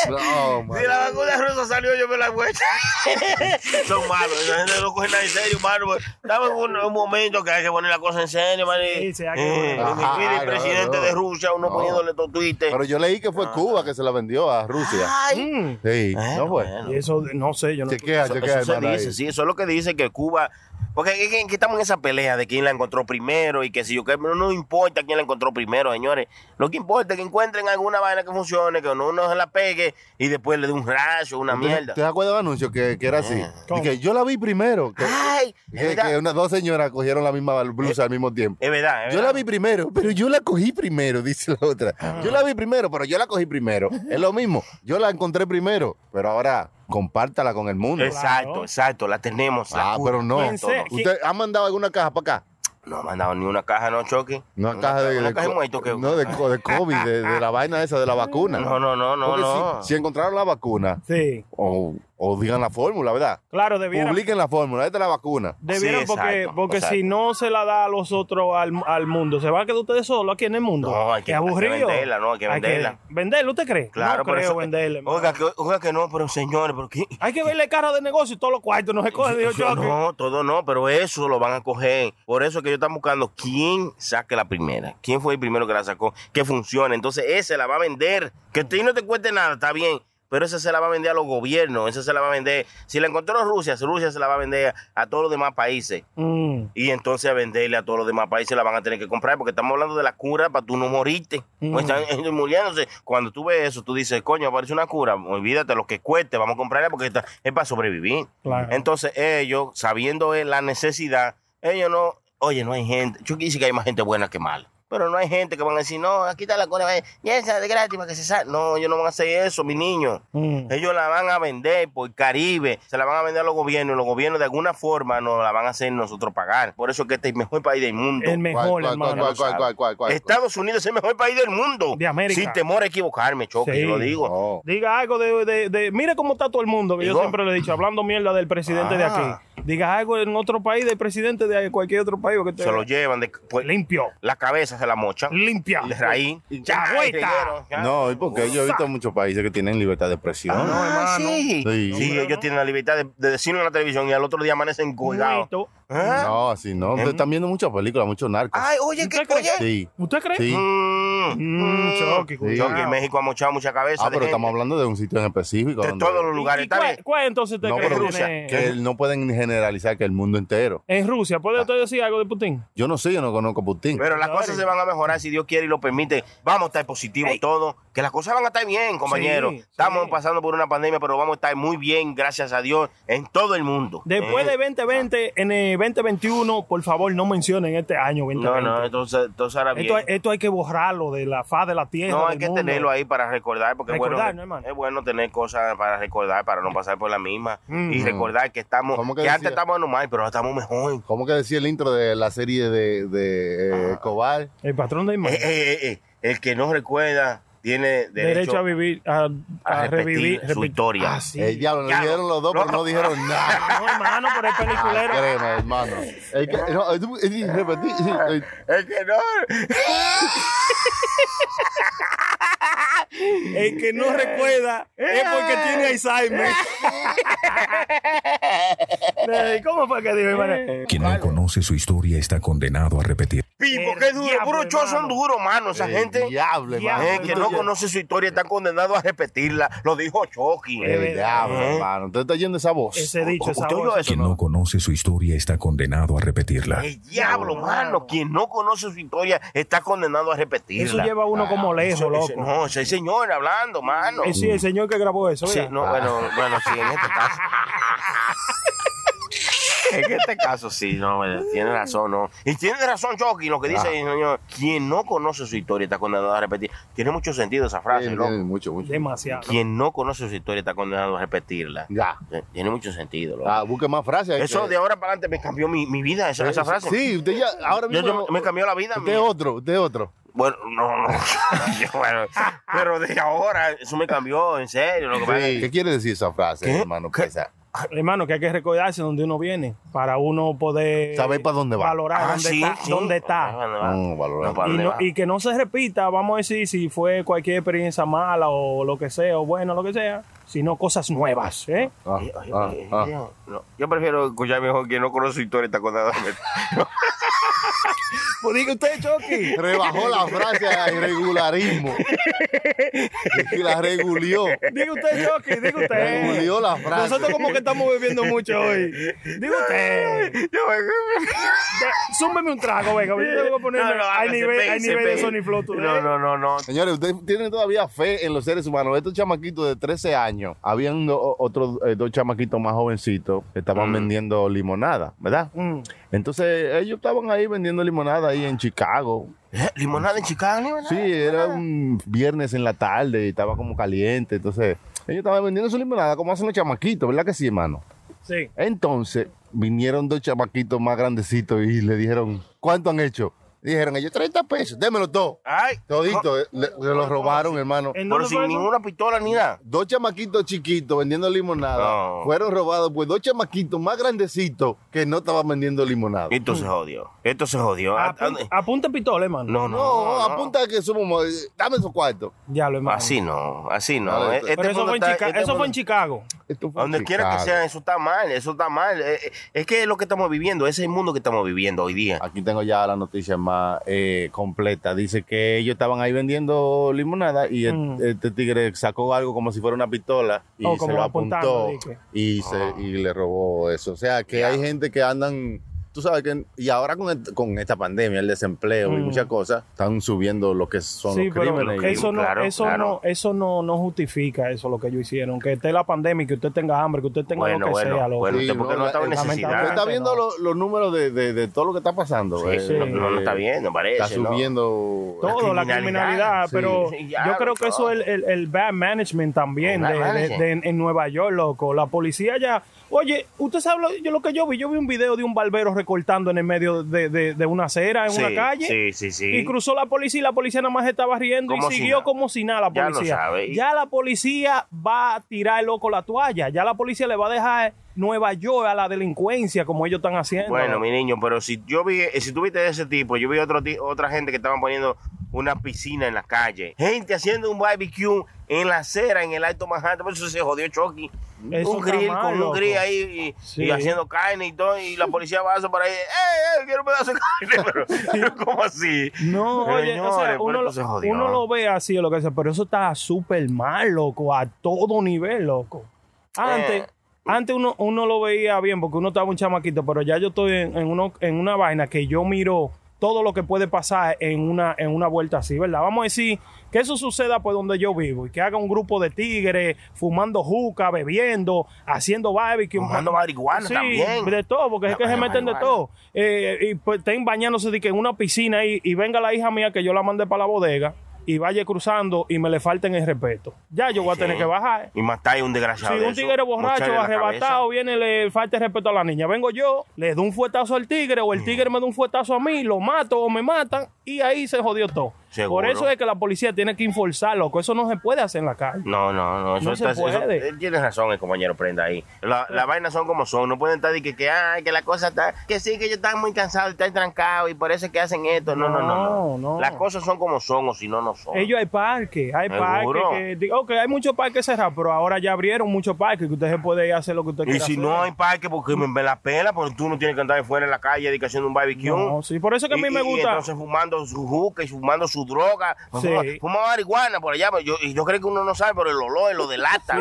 No, man. si la vacuna rusa salió, yo me la voy a echar. Son malos, la gente no coge nada en serio, mano. pues. Estamos en un, un momento que hay que poner la cosa en serio, mano. Sí, se ha que Eh, poner. ni mire el Ajá, presidente no, de no. Rusia, uno No. poniéndole estos tuites. Pero yo leí que fue Cuba que se la vendió a Rusia. Ah. Ay, Mm. Sí, Bueno, no fue. bueno. Y eso, no sé, yo no. Chequea, Eso, chequea, eso se hermano, ahí. dice, sí, eso es lo que dice que Cuba. Porque es que, que estamos en esa pelea de quién la encontró primero y que si yo que no, no importa quién la encontró primero, señores. Lo que importa es que encuentren alguna vaina que funcione, que no uno se la pegue y después le dé un rayo, una ¿Te- mierda. ¿Te acuerdas del anuncio que, que era así? ¿Cómo? Y que yo la vi primero. Que, Ay, Ah, es que, verdad, que unas dos señoras cogieron la misma blusa al mismo tiempo. es verdad. es Yo la verdad. Ah. vi primero, pero yo la cogí primero, dice la otra. Yo la vi primero, pero yo la cogí primero. Es lo mismo. Yo la encontré primero, pero ahora compártala con el mundo. Exacto, Claro. exacto, la tenemos. la Ah, Cuba. pero no. Pensé que- ¿Usted ha mandado alguna caja para acá? No ha mandado ni una caja, no choque. No, caja de, Una de caja co- de muerto que. no, de, co- de COVID, de, de la vaina esa, de la vacuna. No, no, no, no, Porque no. Si, si encontraron la vacuna, Sí. o, o digan la fórmula, ¿verdad? Claro, debieron. Publiquen la fórmula, esta es la vacuna. Debieron Sí, porque, exacto, porque si exacto. no se la da a los otros al, al mundo, se van a quedar ustedes solos aquí en el mundo. No, hay que- Qué hay que aburrido. venderla, no, hay que venderla. ¿Venderla? ¿Usted cree? Claro, no por creo eso- venderla. hermano. Oiga, que, oiga que no, pero señores, pero ¿qué? Hay que verle cara de negocio y todos los cuartos no se cogen, dijo yo. No, todo no, pero eso lo van a coger. Por eso es que ellos están buscando quién saque la primera. ¿Quién fue el primero que la sacó? Que funcione. Entonces ese la va a vender. Que a ti no te cueste nada, está bien. Pero esa se la va a vender a los gobiernos. Esa se la va a vender. Si la encontró Rusia, Rusia se la va a vender a todos los demás países. Mm, Y entonces a venderle a todos los demás países la van a tener que comprar. Porque estamos hablando de la cura para tú no morirte. Mm. O están ellos muriéndose. Cuando tú ves eso, tú dices, coño, aparece una cura. Olvídate lo que cueste. Vamos a comprarla porque esta- es para sobrevivir. claro. Entonces ellos, sabiendo eh, la necesidad, ellos no, oye, no hay gente, yo quise que hay más gente buena que mala. Pero no hay gente que van a decir, no, aquí está la cosa, y esa de gratis para que se salga. No, ellos no van a hacer eso, mi niño. Mm. Ellos la van a vender por Caribe, se la van a vender a los gobiernos, y los gobiernos de alguna forma nos la van a hacer nosotros pagar. Por eso es que este es el mejor país del mundo. El mejor, ¿Cuál, cuál, hermano. cuál, cuál, cuál, cuál, cuál? Estados Unidos es el mejor país del mundo. De América. Sin temor a equivocarme, Choque, Sí. yo lo digo. No. Diga algo de, de, de- Mire cómo está todo el mundo, que yo Digo. siempre le he dicho, hablando mierda del presidente de Ah. aquí. Diga algo en otro país, del presidente de cualquier otro país. porque te- Se lo llevan, de, pues, limpio, la cabeza se la mochan. limpia. de raíz. Chagüeta. reguero, ya. No, ¿y porque yo he visto muchos países que tienen libertad de expresión. Ah, sí. Sí. Sí, ellos tienen la libertad de, de decirlo en la televisión y al otro día amanecen colgados. Muerto. ¿Ah? No, así no. Ustedes están viendo muchas películas, muchos narcos. Ay, oye, que ¿Usted cree? oye. Sí, ¿Usted cree? sí. Mm, Mm, mm. Chucky, Chucky, Sí. cuidado. México ha mochado mucha cabeza. Ah, de pero estamos gente hablando de un sitio en específico. de donde- todos los ¿Y lugares. Está cuál, bien. cuál entonces usted No, cree pero que Rusia, tiene- que no pueden generalizar que el mundo entero. En Rusia, ¿puede usted decir algo de Putin? Yo no sé, yo no conozco a Putin. Pero las cosas se van a mejorar si Dios quiere y lo permite. Vamos a estar positivos Ey. todo. Que las cosas van a estar bien, compañeros. Sí, Estamos sí. pasando por una pandemia, pero vamos a estar muy bien, gracias a Dios, en todo el mundo. Después Eh. de 2020, en el 2021, por favor, no mencionen este año 2020. No, no, entonces, entonces ahora bien. esto, hay- esto hay que borrarlo de la faz de la tierra. No, del hay que mundo. tenerlo ahí para recordar, porque es bueno, Recordar, ¿no, hermano? es bueno tener cosas para recordar, para no pasar por la misma. Mm. Y recordar que estamos, ¿Cómo que, que antes decía? estábamos mal, pero ahora estamos mejor. ¿Cómo que decía el intro de la Ah. serie de, de eh, Escobar? El patrón de Eh, imagen. eh, eh, eh, el que no recuerda tiene derecho, derecho a vivir, a, a a revivir. repetir su repi- historia. Ah, sí. El diablo, le dijeron los dos, pero no dijeron nada. No, hermano, pero el Ah, peliculero. créeme, hermano. Es que, no, es, es, repetí, sí, eh, Es que no. El que no recuerda es porque tiene Alzheimer. Ey, ¿Cómo fue que dijo, Eh. hermano? Quien no conoce su historia está condenado a repetir. Pipo, qué duro. Diablo, Puro show son hermano. duros, mano. Esa el gente Diablo, Diablo, hermano. eh, que no Entonces, conoce su historia está condenado a repetirla. Lo dijo Chucky. Eh, El diablo, Eh. hermano. Usted está oyendo esa voz. Ese dicho, esa Usted oyó voz. eso. Quien no conoce su historia está condenado a repetirla. El diablo, mano. Quien no conoce su historia está condenado a repetirla. Eso lleva a uno como lejos, Ah, Ese- ese- loco. No, ese señor hablando, mano. Eh, Sí, el señor que grabó eso. Sí, ¿verdad? no, bueno, bueno, sí, en este caso. En este caso sí, no, bueno, tiene razón, ¿no? Ah. Y tiene razón Chucky, lo que dice el señor. Quien no conoce su historia está condenado a repetir. Tiene mucho sentido esa frase, Sí, ¿no? tiene Mucho, mucho. Demasiado. Quien no conoce su historia está condenado a repetirla. Ya. Eh, Tiene mucho sentido, loco. Ah, busque más frases. Eso de ahora para adelante me cambió mi, mi vida, esa, esa frase. Sí, usted ya, ahora Yo- mismo. yo- me cambió la vida. Usted mía. otro, usted otro. Bueno, no, no. Yo, bueno, pero de ahora, eso me cambió, en serio. Lo que pasa es ¿Qué quiere decir esa frase, hermano? Pesa? Hermano, que hay que recordarse dónde uno viene para uno poder Saber pa' dónde va. Valorar Ah, dónde sí, está. sí. Dónde está. Ah, bueno, Mm, valorando. no, para Y, dónde no- va. y que no se repita, vamos a decir si fue cualquier experiencia mala o lo que sea, o bueno, lo que sea, sino cosas nuevas. ¿eh? Ah, ah, ah. No, yo prefiero escuchar mejor que no conoce su historia está contada. Pues diga usted, Chucky. Rebajó la frase a irregularismo. Es que la regulió. Diga usted, Chucky, diga usted. Regulió la frase. Nosotros como que estamos bebiendo mucho hoy. Diga usted. De- Súmbeme un trago, venga. Yo tengo que ponerme al nivel, al nivel de Sony Flow today. No, no, no, no. Señores, ustedes tienen todavía fe en los seres humanos. Estos chamaquitos de 13 años, habían do- otros eh, dos chamaquitos más jovencitos que estaban vendiendo limonada, ¿verdad? Mm. Entonces, ellos estaban ahí vendiendo limonada ahí en Chicago. Eh, ¿Limonada en Chicago? ¿Limonada? Sí, era un viernes en la tarde y estaba como caliente. Entonces, ellos estaban vendiendo su limonada como hacen los chamaquitos, ¿verdad que sí, hermano? Sí. Entonces, vinieron dos chamaquitos más grandecitos y le dijeron, ¿cuánto han hecho? Dijeron ellos, 30 pesos, démelo todo. Ay, Ah. Todito, eh, le, se lo robaron, hermano. ¿En pero dónde fue sin eso? ninguna pistola ni nada. Dos chamaquitos chiquitos vendiendo limonada No. fueron robados por dos chamaquitos más grandecitos que no estaban vendiendo limonada. Esto se jodió. Esto se jodió. Ah, Apunta, apunta pistola, hermano. No, no, No, no. Oh, apunta que somos. mo- eh, Dame esos cuartos. Ya lo hermano. Así no, así no. Vale, Eh, esto- este Pero eso mundo fue, en está- Chica- este eso fue mundo- en Chicago. Esto A fue donde en quiera que Chicago. sea, eso está mal, eso está mal. Eh, eh, Es que es lo que estamos viviendo, ese es el mundo que estamos viviendo hoy día. Aquí tengo ya la noticia más eh, completa. Dice que ellos estaban ahí vendiendo limonada y el- Mm. este tigre sacó algo como si fuera una pistola y Oh, se como lo apuntando, apuntó dije. y, se, y Ah. le robó eso. O sea, que hay gente que andan, tú sabes que, y ahora con, el- con esta pandemia, el desempleo y Mm. muchas cosas, están subiendo lo que son Sí, los pero crímenes. y- eso, no, Claro, eso, claro. No, eso no, no justifica eso lo que ellos hicieron. Que esté la pandemia, que usted tenga hambre, que usted tenga Bueno, lo que bueno, sea. loco. bueno. usted porque no la- estaba en necesidad. Usted está viendo No. los, los números de, de- de todo lo que está pasando. eh, sí. No, no, no está bien, no parece. Está ¿no? subiendo. Todo, la criminalidad, criminalidad, pero sí. Sí, ya, yo creo que todo. eso es el, el- el bad management también El bad de- de- management. de- en- en Nueva York, loco. La policía ya... Oye, usted sabe lo, yo, lo que yo vi. Yo vi un video de un barbero recortando en el medio de, de- de una acera, en Sí, una calle. Sí, sí, sí. Y cruzó la policía y la policía nada más estaba riendo Como y si siguió nada. como si nada la Ya lo policía. sabe. Ya la policía va a tirar loco la toalla. Ya la policía le va a dejar Nueva York a la delincuencia como ellos están haciendo. Bueno, mi niño, pero si yo vi, eh, si tuviste de ese tipo, yo vi otro ti- otra gente que estaban poniendo una piscina en la calle. Gente haciendo un barbecue en la acera, en el Alto Manhattan, por eso se jodió Chucky. Eso un está grill mal, con un loco. grill ahí y, Sí. y haciendo carne y todo, y la policía va a eso para ahí, ¡eh, eh, quiero un pedazo de carne! Pero, pero ¿cómo así? No, Pero, oye, o señores, sea, pero uno, esto se lo- jodió. uno lo ve así o lo que sea, pero eso está súper mal, loco, a todo nivel, loco. Antes, Eh. antes uno, uno lo veía bien porque uno estaba un chamaquito, pero ya yo estoy en, en uno, en una vaina que yo miro todo lo que puede pasar en una, en una vuelta así, ¿verdad? Vamos a decir que eso suceda por donde yo vivo y que haga un grupo de tigres fumando juca, bebiendo, haciendo barbecue. Fumando marihuana Sí, también. de todo, porque es que se Marihuana. meten de todo. Eh, y pues estén bañándose de que en una piscina y, y venga la hija mía que yo la mandé para la bodega y vaya cruzando y me le falten el respeto. Ya yo voy a Sí. tener que bajar. Y matar a un Si desgraciado. de un eso, tigre borracho, mocharle la arrebatado, cabeza. viene y le falta el respeto a la niña. Vengo yo, le Mm. doy un fuetazo al tigre o el tigre me da un fuetazo a mí, lo mato o me matan y ahí se jodió todo. Seguro. Por eso es que la policía tiene que enforzar, loco. Eso no se puede hacer en la calle. No, no, no. Eso No se está- eso- puede. él tiene razón el compañero Prenda ahí. La- Las vainas son como son. No pueden estar de que, que, ay, que la cosa está... Que sí, que ellos están muy cansados, están trancados y por eso es que hacen esto. No, no, no. no. No, no. Las cosas son como son o si no, no son. Ellos hay parques, hay Seguro. parques que, digo, ok, hay muchos parques cerrados, pero ahora ya abrieron muchos parques que usted se puede ir a hacer lo que usted y quiera. si hacer. no hay parque, porque me, me la pela, porque tú no tienes que andar fuera en la calle de que haciendo un barbecue. No, sí, por eso que a mí Y- me y- Y gusta. entonces fumando su juca y fumando su droga. Pues Sí. Fuma, fuma marihuana por allá. pero Yo, y yo creo que uno no sabe, pero el olor lo delata.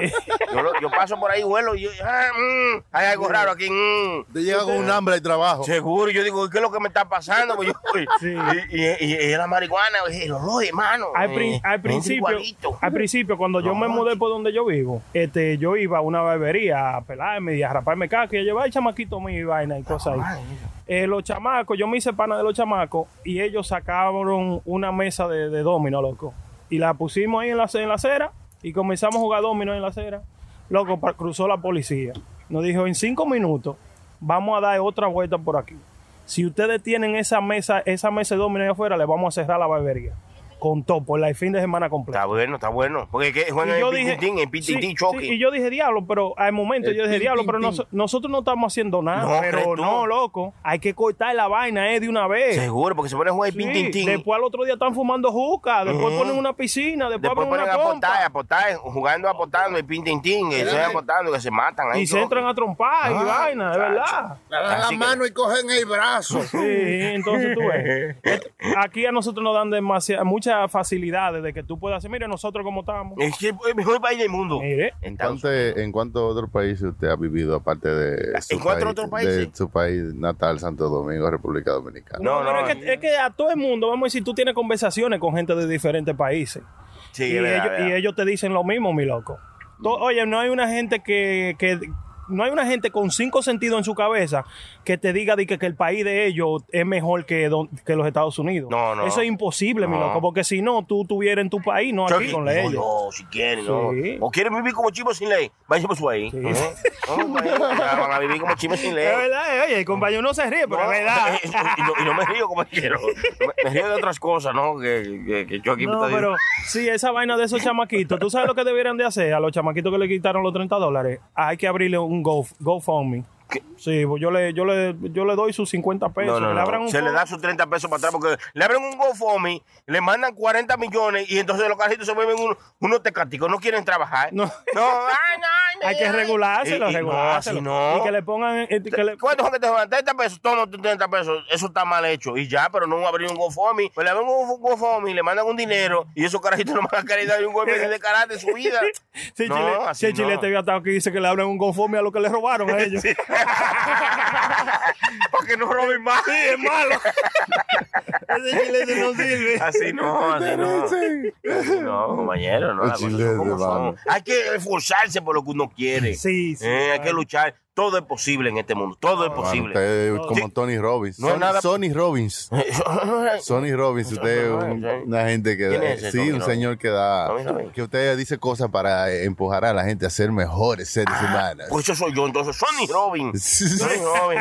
Yo, lo- yo paso por ahí, huelo y yo, ah, mm, hay algo raro aquí. mm. Te llega con un hambre al Oh. trabajo. Seguro, yo digo, ¿qué es lo que me está pasando? Pues yo- Sí. y, y- y- y la marihuana, el olor, hermano. al, eh, prin- al es principio, igualito. al principio, cuando yo me mudé por donde yo vivo, este, yo iba a una barbería a pelarme y a raparme caca y a llevar el chamaquito mío y vaina y cosas Ah, ahí. Eh, los chamacos, yo me hice pana de los chamacos y ellos sacaron una mesa de, de domino, loco. Y la pusimos ahí en la, en la acera y comenzamos a jugar domino en la acera. Loco, pa- cruzó la policía. Nos dijo, en cinco minutos vamos a dar otra vuelta por aquí. Si ustedes tienen esa mesa, esa mesa de domino ahí afuera, le vamos a cerrar la barbería. Con todo, por la- el fin de semana completo. Está bueno, está bueno. Porque es que juegan Y en yo dije, Pitintín, en sí, Pitintín sí, choque. y yo dije, diablo, pero al momento yo dije, diablo, pero noso- nosotros no estamos haciendo nada. No, ¿crees pero tú? no, loco, hay que cortar la vaina eh, de una vez. Seguro, porque se pone a jugar Sí, Pitintín. después al otro día están fumando juca, después Ujú. ponen una piscina, después, Después ponen ponen a una aportar, a pompa aportar, jugando, apotando, el pintintín, y se apotando, que se matan ahí. y se loco. entran a trompar y Ah, vaina, de chacho. verdad. Le dan la Así que- mano y cogen el brazo. Sí, entonces tú ves. Et- Aquí a nosotros nos dan demasiadas, muchas facilidades de que tú puedas hacer. Mire, nosotros como estamos. Es que es el mejor país del mundo. Mire. ¿En Entonces, cuánto- Eh, ¿En cuántos otros países usted ha vivido, aparte de su, ¿En cuántos país, otros países? de su país natal, Santo Domingo, República Dominicana? No, pero no, es, que, es que a todo el mundo, vamos a decir, tú tienes conversaciones con gente de diferentes países. sí, y, es verdad, ellos, verdad. y ellos te dicen lo mismo, mi loco. To- Oye, no hay una gente que, que- no hay una gente con cinco sentidos en su cabeza que te diga de que, que el país de ellos es mejor que, don- que los Estados Unidos. No, no. Eso es imposible, mi No. loco, porque si no, tú estuvieras en tu país, no Chucky, aquí con no, ellos. no, si quieren, no. Sí. O quieren vivir como chivos sin ley, váyanse por su ahí. Sí. Ajá. No, no, ya van a vivir como chivos sin Es ley. verdad, eh, oye, el compañero no se ríe, pero No, eh, es verdad. y, no, y no me río como quiero. Me, me río de otras cosas, ¿no? Que, que, que yo aquí No, me está pero sí, esa vaina de esos chamaquitos. ¿Tú sabes lo que debieran de hacer a los chamaquitos que le quitaron los 30 dólares? Hay que abrirle un Go, GoFundMe. Sí, pues yo le, yo, le, yo le doy sus 50 pesos. No, que pues, le no, no. abran un Se le fo- da sus 30 pesos para atrás porque le abren un GoFundMe, le mandan 40 millones y entonces los carajitos se vuelven un- unos tecáticos. No quieren trabajar. No. ay, no, ay, no, Hay que ay. regulárselo, Y- y regulárselo. No, así no. Y que le pongan. eh, que le- ¿Cuántos son que te dan 30 pesos? Toma tus 30 pesos. Eso está mal hecho. Y ya, pero no abrir un GoFundMe. Pues le abren un Go- GoFundMe, le mandan un dinero y esos carajitos no van a querer dar un golpe de karate en su vida. si No, Chile, así si el no. Chilete había estado aquí dice que le abran un GoFundMe a lo que le robaron a ellos. para que no roben más. es malo. Ese Chilete no sirve. Así no, así no. Así no, compañero, no. El las cosas son chilete, como son. mano. Hay que esforzarse por lo que uno quiere. Sí, sí. Eh, hay que luchar. Todo es posible en este mundo. Todo es Bueno, posible. usted es eh, como Tony Robbins. No es Sonny, nada- Sonny Robbins. Sonny Robbins, usted es un- una gente que ¿eh? ¿Quién da, es ese sí, Tony un Robbins? señor que da, Tony Robbins. que usted dice cosas para eh, empujar a la gente a ser mejores seres humanos. Pues eso soy yo, entonces, Sonny Robin. Sonny Robin.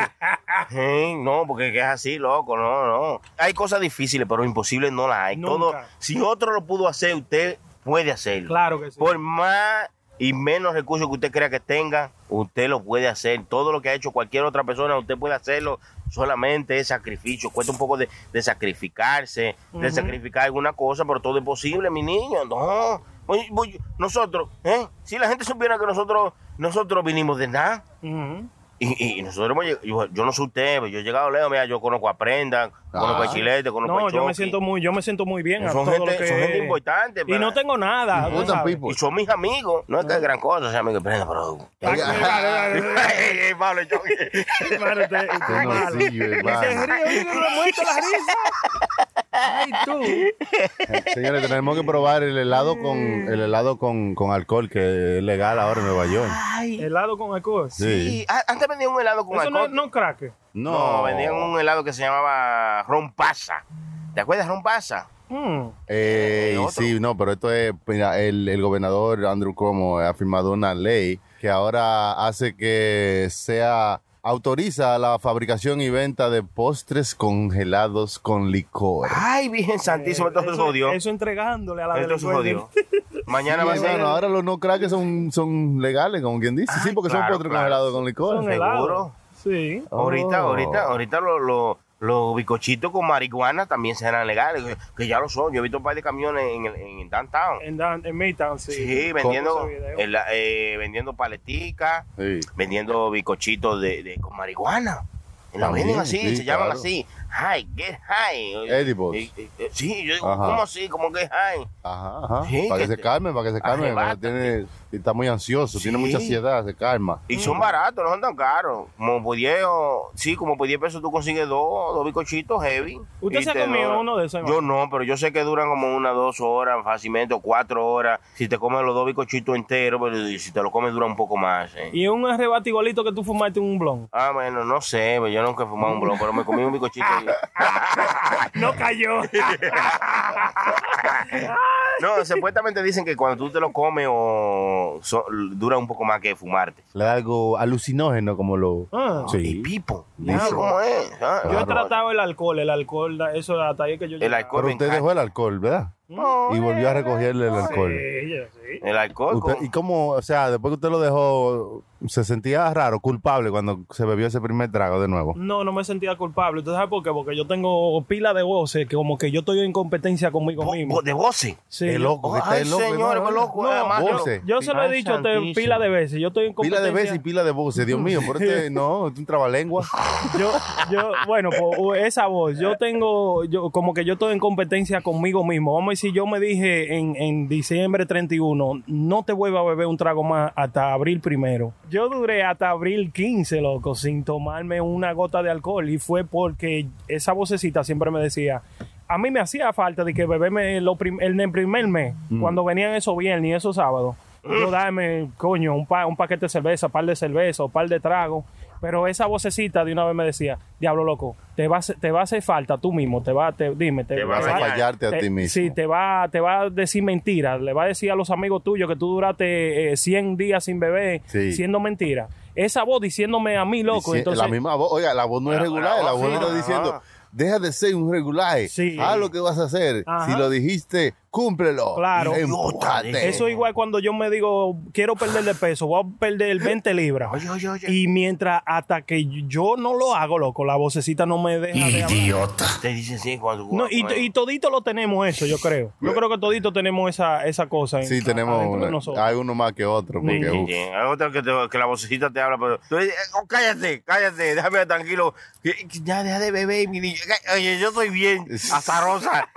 Eh, no, porque es así, loco, no, no. Hay cosas difíciles, pero imposibles no las hay. Nunca. Todo, si otro lo pudo hacer, usted puede hacerlo. Claro que sí. Por más y menos recursos que usted crea que tenga, usted lo puede hacer. Todo lo que ha hecho cualquier otra persona, usted puede hacerlo. Solamente es sacrificio. Cuesta un poco de, de sacrificarse, de sacrificar alguna cosa, pero todo es posible, mi niño. No. Voy- voy- nosotros, ¿eh? si la gente supiera que nosotros, nosotros vinimos de nada. Ujú. Y, y nosotros hemos lleg- yo, yo no sé usted, pero yo he llegado lejos, mira, yo conozco a Prenda, conozco a Chilete, conozco Ah. No, a yo me Chucky. siento muy, yo me siento muy bien. a Son todo gente- lo que- son gente importante, Y para- no tengo nada. tú Important sabes. people. Y son mis amigos. No es que es gran cosa, sea amigo de Prenda, pero... Ay, vale, vale, vale. Ey, ey, Pablo, Chucky. Hermano, usted- usted Usted es no malo. sirve, Se hermano. ríe, oye, me ha muerto la risa. Ay, tú. Señores, tenemos que probar el helado con el helado con, con alcohol que es legal ahora en Nueva York. Helado con alcohol. Ah, Sí. Y a- antes vendían un helado con Eso no, alcohol. no crack. No, No, vendían un helado que se llamaba Ron Pasa. ¿Te acuerdas Ron Pasa? Mm. Eh, Eh, otro. sí, no, pero esto es, mira, el, el gobernador Andrew Cuomo ha firmado una ley que ahora hace que sea autoriza la fabricación y venta de postres congelados con licor. Ay, Virgen Santísima, entonces Eh, eso, jodió. eso entregándole a la Esto se delincuencia. jodió. Mañana Sí, va a ser. bueno, ahora los no crackers son, son Ah, legales, como quien dice. sí, porque son claro, postres claro. congelados con licor. Son helados. Sí. Ahorita, Oh. ahorita, ahorita los lo, los bicochitos con marihuana también serán legales, que- que ya lo son. Yo he visto un par de camiones en, el- en downtown. En, Dan- en Midtown, sí. Sí, ¿Cómo? vendiendo, Ese video. en la- eh, vendiendo paleticas, Sí. vendiendo bicochitos de, de- con marihuana. Y Lo También, venden así, sí, se llaman claro. así. High, get high. Edibles. Eh, eh, eh, sí, yo digo, Ajá. ¿cómo así? ¿Cómo get high? Ajá, ajá. Sí, para que, que se te- calme, para que se calme. porque arrebátate. Tiene, está muy ansioso, tiene Sí. mucha ansiedad, se calma. Mm. Y son baratos, no son tan caros. Como por 10, o- sí, como por 10 pesos tú consigues dos, dos bicochitos heavy. ¿Usted Y se ha te comido dura- uno de esos, Yo hermano? no, pero yo sé que duran como una, dos horas, fácilmente, o cuatro horas. Si te comes los dos bicochitos enteros, pero si te lo comes dura un poco más. eh. Y un arrebate igualito que tú fumaste un blon. Ah, bueno, no sé, pero yo nunca he fumado un blon, pero me comí un bicochito. No cayó. no, supuestamente dicen que cuando tú te lo comes o so- dura un poco más que fumarte. Le da algo alucinógeno como lo... Ah. Y sí. pipo. Dice. ¿Cómo es? Ah, Yo he tratado el alcohol, el alcohol, da- eso era hasta ahí que yo El alcohol Pero me usted encanta. dejó el alcohol, ¿verdad? No, Y volvió a recogerle el alcohol. Mm. Sí, ya, sí. El alcohol. Usted- con- ¿Y cómo, o sea, después que usted lo dejó, se sentía raro, culpable cuando se bebió ese primer trago de nuevo? No, no me sentía culpable. ¿Usted sabe por qué? Porque yo tengo pila de voces que como que yo estoy en competencia conmigo Bo- mismo. bo- de voces. Sí. Qué loco, que está Ay, el loco. señor, no, qué no, loco. no. Además, yo- voces. Yo se lo he Ay, dicho a usted santísimo. pila de veces. Yo estoy en Pila competencia. de veces y pila de voces, Dios mío, pero este no, es un trabalengua. Yo, yo, bueno, pues, esa voz, yo tengo, yo como que yo estoy en competencia conmigo mismo. Vamos a decir, yo me dije en, en diciembre 31, no te vuelva a beber un trago más hasta abril primero. Yo duré hasta abril 15, loco, sin tomarme una gota de alcohol y fue porque esa vocecita siempre me decía, a mí me hacía falta de que beberme lo prim- el, el primer mes, cuando venían esos viernes y esos sábados. Yo dame, coño, un, pa- un paquete de cerveza, par de cerveza, o par de tragos. Pero esa vocecita de una vez me decía, diablo loco, te va a, hacer- te va a hacer falta tú mismo, te va, te, dime, te, Te Vas a Mañana. fallarte a te- ti mismo. Sí, te va, te va a decir mentiras, le va a decir a los amigos tuyos que tú duraste eh, 100 días sin beber, Sí. siendo mentira. Esa voz diciéndome a mí, loco, Dici- entonces... la misma voz, oiga, la voz no es regular, la voz Ah, voz sí, le está no. diciendo, deja de ser un regular, Sí. haz lo que vas a hacer, Ajá. si lo dijiste, cúmplelo, Claro. empújate. Eso es igual cuando yo me digo, quiero perder de peso, voy a perder 20 libras. Oye, oye, oye. Y mientras hasta que yo no lo hago, loco, la vocecita no me deja de hablar. Te dicen sí cuando No, y, y todito lo tenemos eso, yo creo. Yo creo que todito tenemos esa, esa cosa. en- Sí, tenemos adentro de una- nosotros. hay uno más que otro, Sí, porque uh, sí, uf, Bien, Hay otra que, te- que la vocecita te habla, pero tú dices, "Eh, oh, cállate, cállate, déjame tranquilo. Que- que Ya deja de beber, mi niño. Ca- Oye, yo estoy bien, azarosa.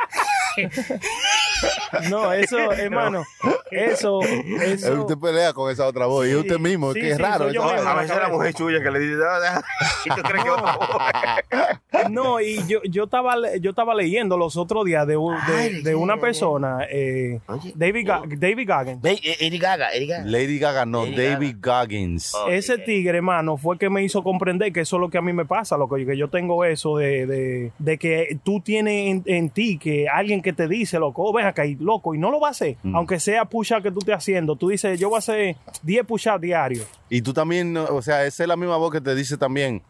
No, eso, hermano, eso, eh, eso. usted pelea con esa otra voz, y usted mismo, sí, que es sí, raro. soy yo esa mismo. vaina. A veces la mujer suya que le dice, "No, deja". ¿Y tú crees que va No, y yo, yo estaba le- yo estaba leyendo los otros días de, un- de- de una persona, eh, Oye, David, Ga- David Goggins. Eri Gaga, Eri Gaga. Lady Gaga, no, Lady David Goggins. Oh. Ese tigre, hermano, fue que me hizo comprender que eso es lo que a mí me pasa, lo que, que yo tengo eso de, de, de que tú tienes en, en ti que alguien que te dice, loco, oh, ven acá, y loco, y no lo va a hacer, aunque sea push que tú estés haciendo. Tú dices, yo voy a hacer 10 push diarios. Y tú también, no, o sea, esa es la misma voz que te dice también,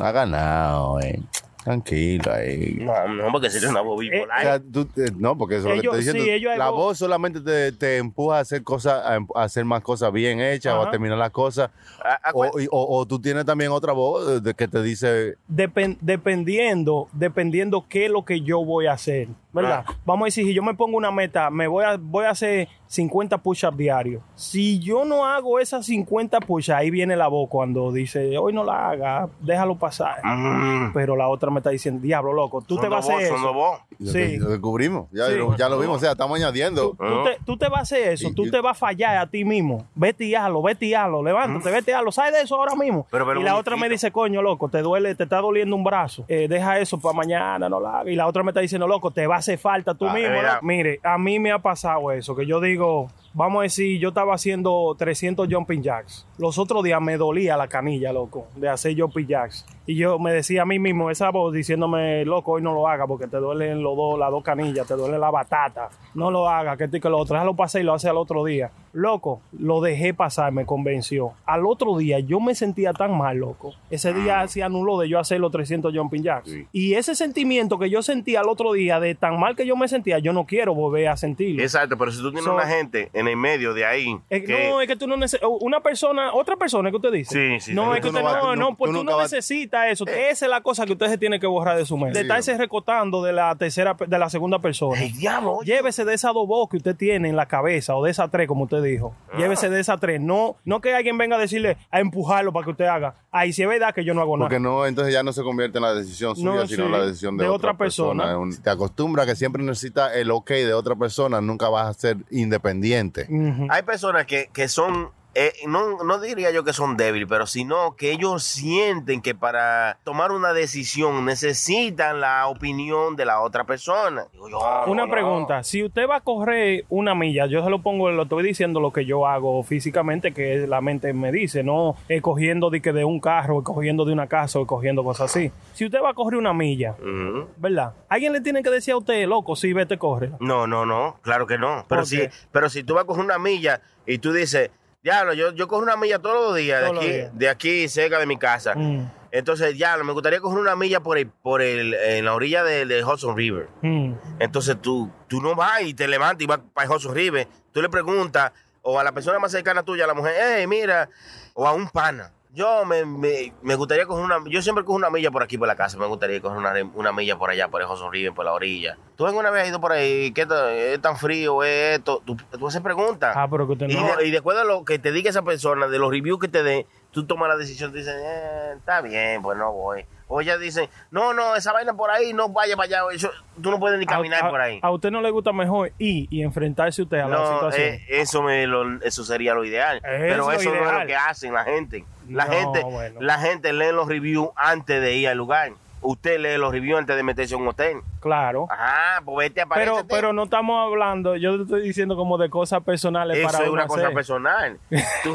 ha ganado, eh. tranquilo eh, ahí. No, no, porque sería una voz O bipolar. sea, tú, eh, no, porque eso es lo Ellos- que estoy sí, diciendo. ellos hay la voz- voz solamente te, te empuja a hacer cosas, a em- a hacer más cosas bien hechas o a Ajá. terminar las cosas. eh, Ah, ah, O, y- o- o tú tienes también otra voz eh, de que te dice, Depen- dependiendo, dependiendo qué es lo que yo voy a hacer, ¿verdad? Vamos a decir, si yo me pongo una meta, me voy a, voy a hacer 50 push-ups diarios. Si yo no hago esas 50 push-ups, ahí viene la voz cuando dice, hoy no la haga, déjalo pasar. mm, Pero la otra me está diciendo, diablo, loco, tú son te dos vas a hacer voz, son dos eso. voz. lo Sí. que- lo descubrimos, ya, Sí. lo, ya lo vimos, o sea, estamos añadiendo. Ah. Tú te, tú te vas a hacer eso, Y- tú y- te vas a fallar a ti mismo. Vete y hazlo, vete y hazlo, levántate, vete y hazlo. ¿Sabes de eso ahora mismo? Mm. Pero, pero, y la otra muñequito. me dice, coño, loco, te duele, te está doliendo un brazo. Eh, deja eso para mañana, no la hagas. Y la otra me está diciendo, loco, te va a hacer falta tú Ah, mismo. mira. loco. Mire, a mí me ha pasado eso, que yo digo, vamos a decir, yo estaba haciendo 300 jumping jacks. Los otros días me dolía la canilla, loco, de hacer jumping jacks. Y yo me decía a mí mismo esa voz diciéndome, loco, hoy no lo haga porque te duelen los dos, las dos canillas, te duele la batata. No lo haga, que esto y que lo otro. Déjalo pasar y lo hace al otro día. Loco, lo dejé pasar, me convenció. Al otro día yo me sentía tan mal, loco. Ese día se anuló de yo hacer los 300 jumping jacks. Y ese sentimiento que yo sentía al otro día de tan mal que yo me sentía, yo no quiero volver a sentirlo. Exacto, pero si tú tienes So- una gente en el medio de ahí. Es que- que- no, eh, es que tú no necesitas. Una persona, otra persona que usted dice. Sí, sí, no, sí. es que Tú no usted no, vas- tú no, no- pues tú tú nunca no vas- necesitas eso. Esa es la cosa que usted se tiene que borrar de su mente. De estarse recotando de la tercera, de la segunda persona. ¡Ey, diablo! oye, Llévese de esas dos voz que usted tiene en la cabeza o de esas tres, como usted dijo. Ah. Llévese de esas tres. No, no que alguien venga a decirle a empujarlo para que usted haga. Ahí sí es verdad que yo no hago Porque nada. no, entonces ya no se convierte en la decisión suya, No, sino sí, la decisión de, de otra, otra persona. persona. Es un- Te acostumbras que siempre necesitas el ok de otra persona, nunca vas a ser independiente. Ujú. Hay personas que, que son, eh, no, no diría yo que son débiles, pero sino que ellos sienten que para tomar una decisión necesitan la opinión de la otra persona. Digo yo, Una Ah, no. pregunta, si usted va a correr una milla, yo se lo pongo, lo estoy diciendo lo que yo hago físicamente, que la mente me dice, no eh, cogiendo de, que de un carro, eh, cogiendo de una casa o cogiendo cosas así. Si usted va a correr una milla, Ujú. ¿verdad? Alguien le tiene que decir a usted, loco, sí, vete, corre. No, no, no, claro que no. Pero ¿Por si, qué? pero si tú vas a coger una milla y tú dices, diablo, yo, yo cojo una milla todos los días, Todos los de, aquí, días. de aquí cerca de mi casa. Mm, Entonces, diablo, me gustaría coger una milla por el, por el, en la orilla del del Hudson River. mm. Entonces tú, tú no vas y te levantas y vas para José River. Tú le preguntas, o a la persona más cercana tuya, a la mujer, hey, mira, o a un pana. Yo me, me, me gustaría coger una. Yo siempre cojo una milla por aquí, por la casa. Me gustaría coger una, una milla por allá, por el José River, por la orilla. Tú alguna vez has ido por ahí, ¿qué ta- es tan frío? ¿Es esto? Tú, tú haces preguntas. Ah, pero que usted y, no... de, y de acuerdo a lo que te diga esa persona, de los reviews que te dé, tú tomas la decisión. Te dicen, "Eh, está bien, pues no voy. O ella dice, no, no, esa vaina por ahí, no vaya para allá. Eso- tú no puedes ni caminar a, a- por ahí. a usted no le gusta mejor ir y enfrentarse usted a la No, situación. eh, eso, me lo- eso sería lo ideal. Pero lo eso no es ideal. lo que hacen la gente. La, No, gente bueno. la gente lee los reviews antes de ir al lugar. Usted lee los reviews antes de meterse en un hotel. claro. Ajá, pues vete a Pero, pero no estamos hablando, yo te estoy diciendo como de cosas personales Eso para es uno una cosa hacer. personal. Tu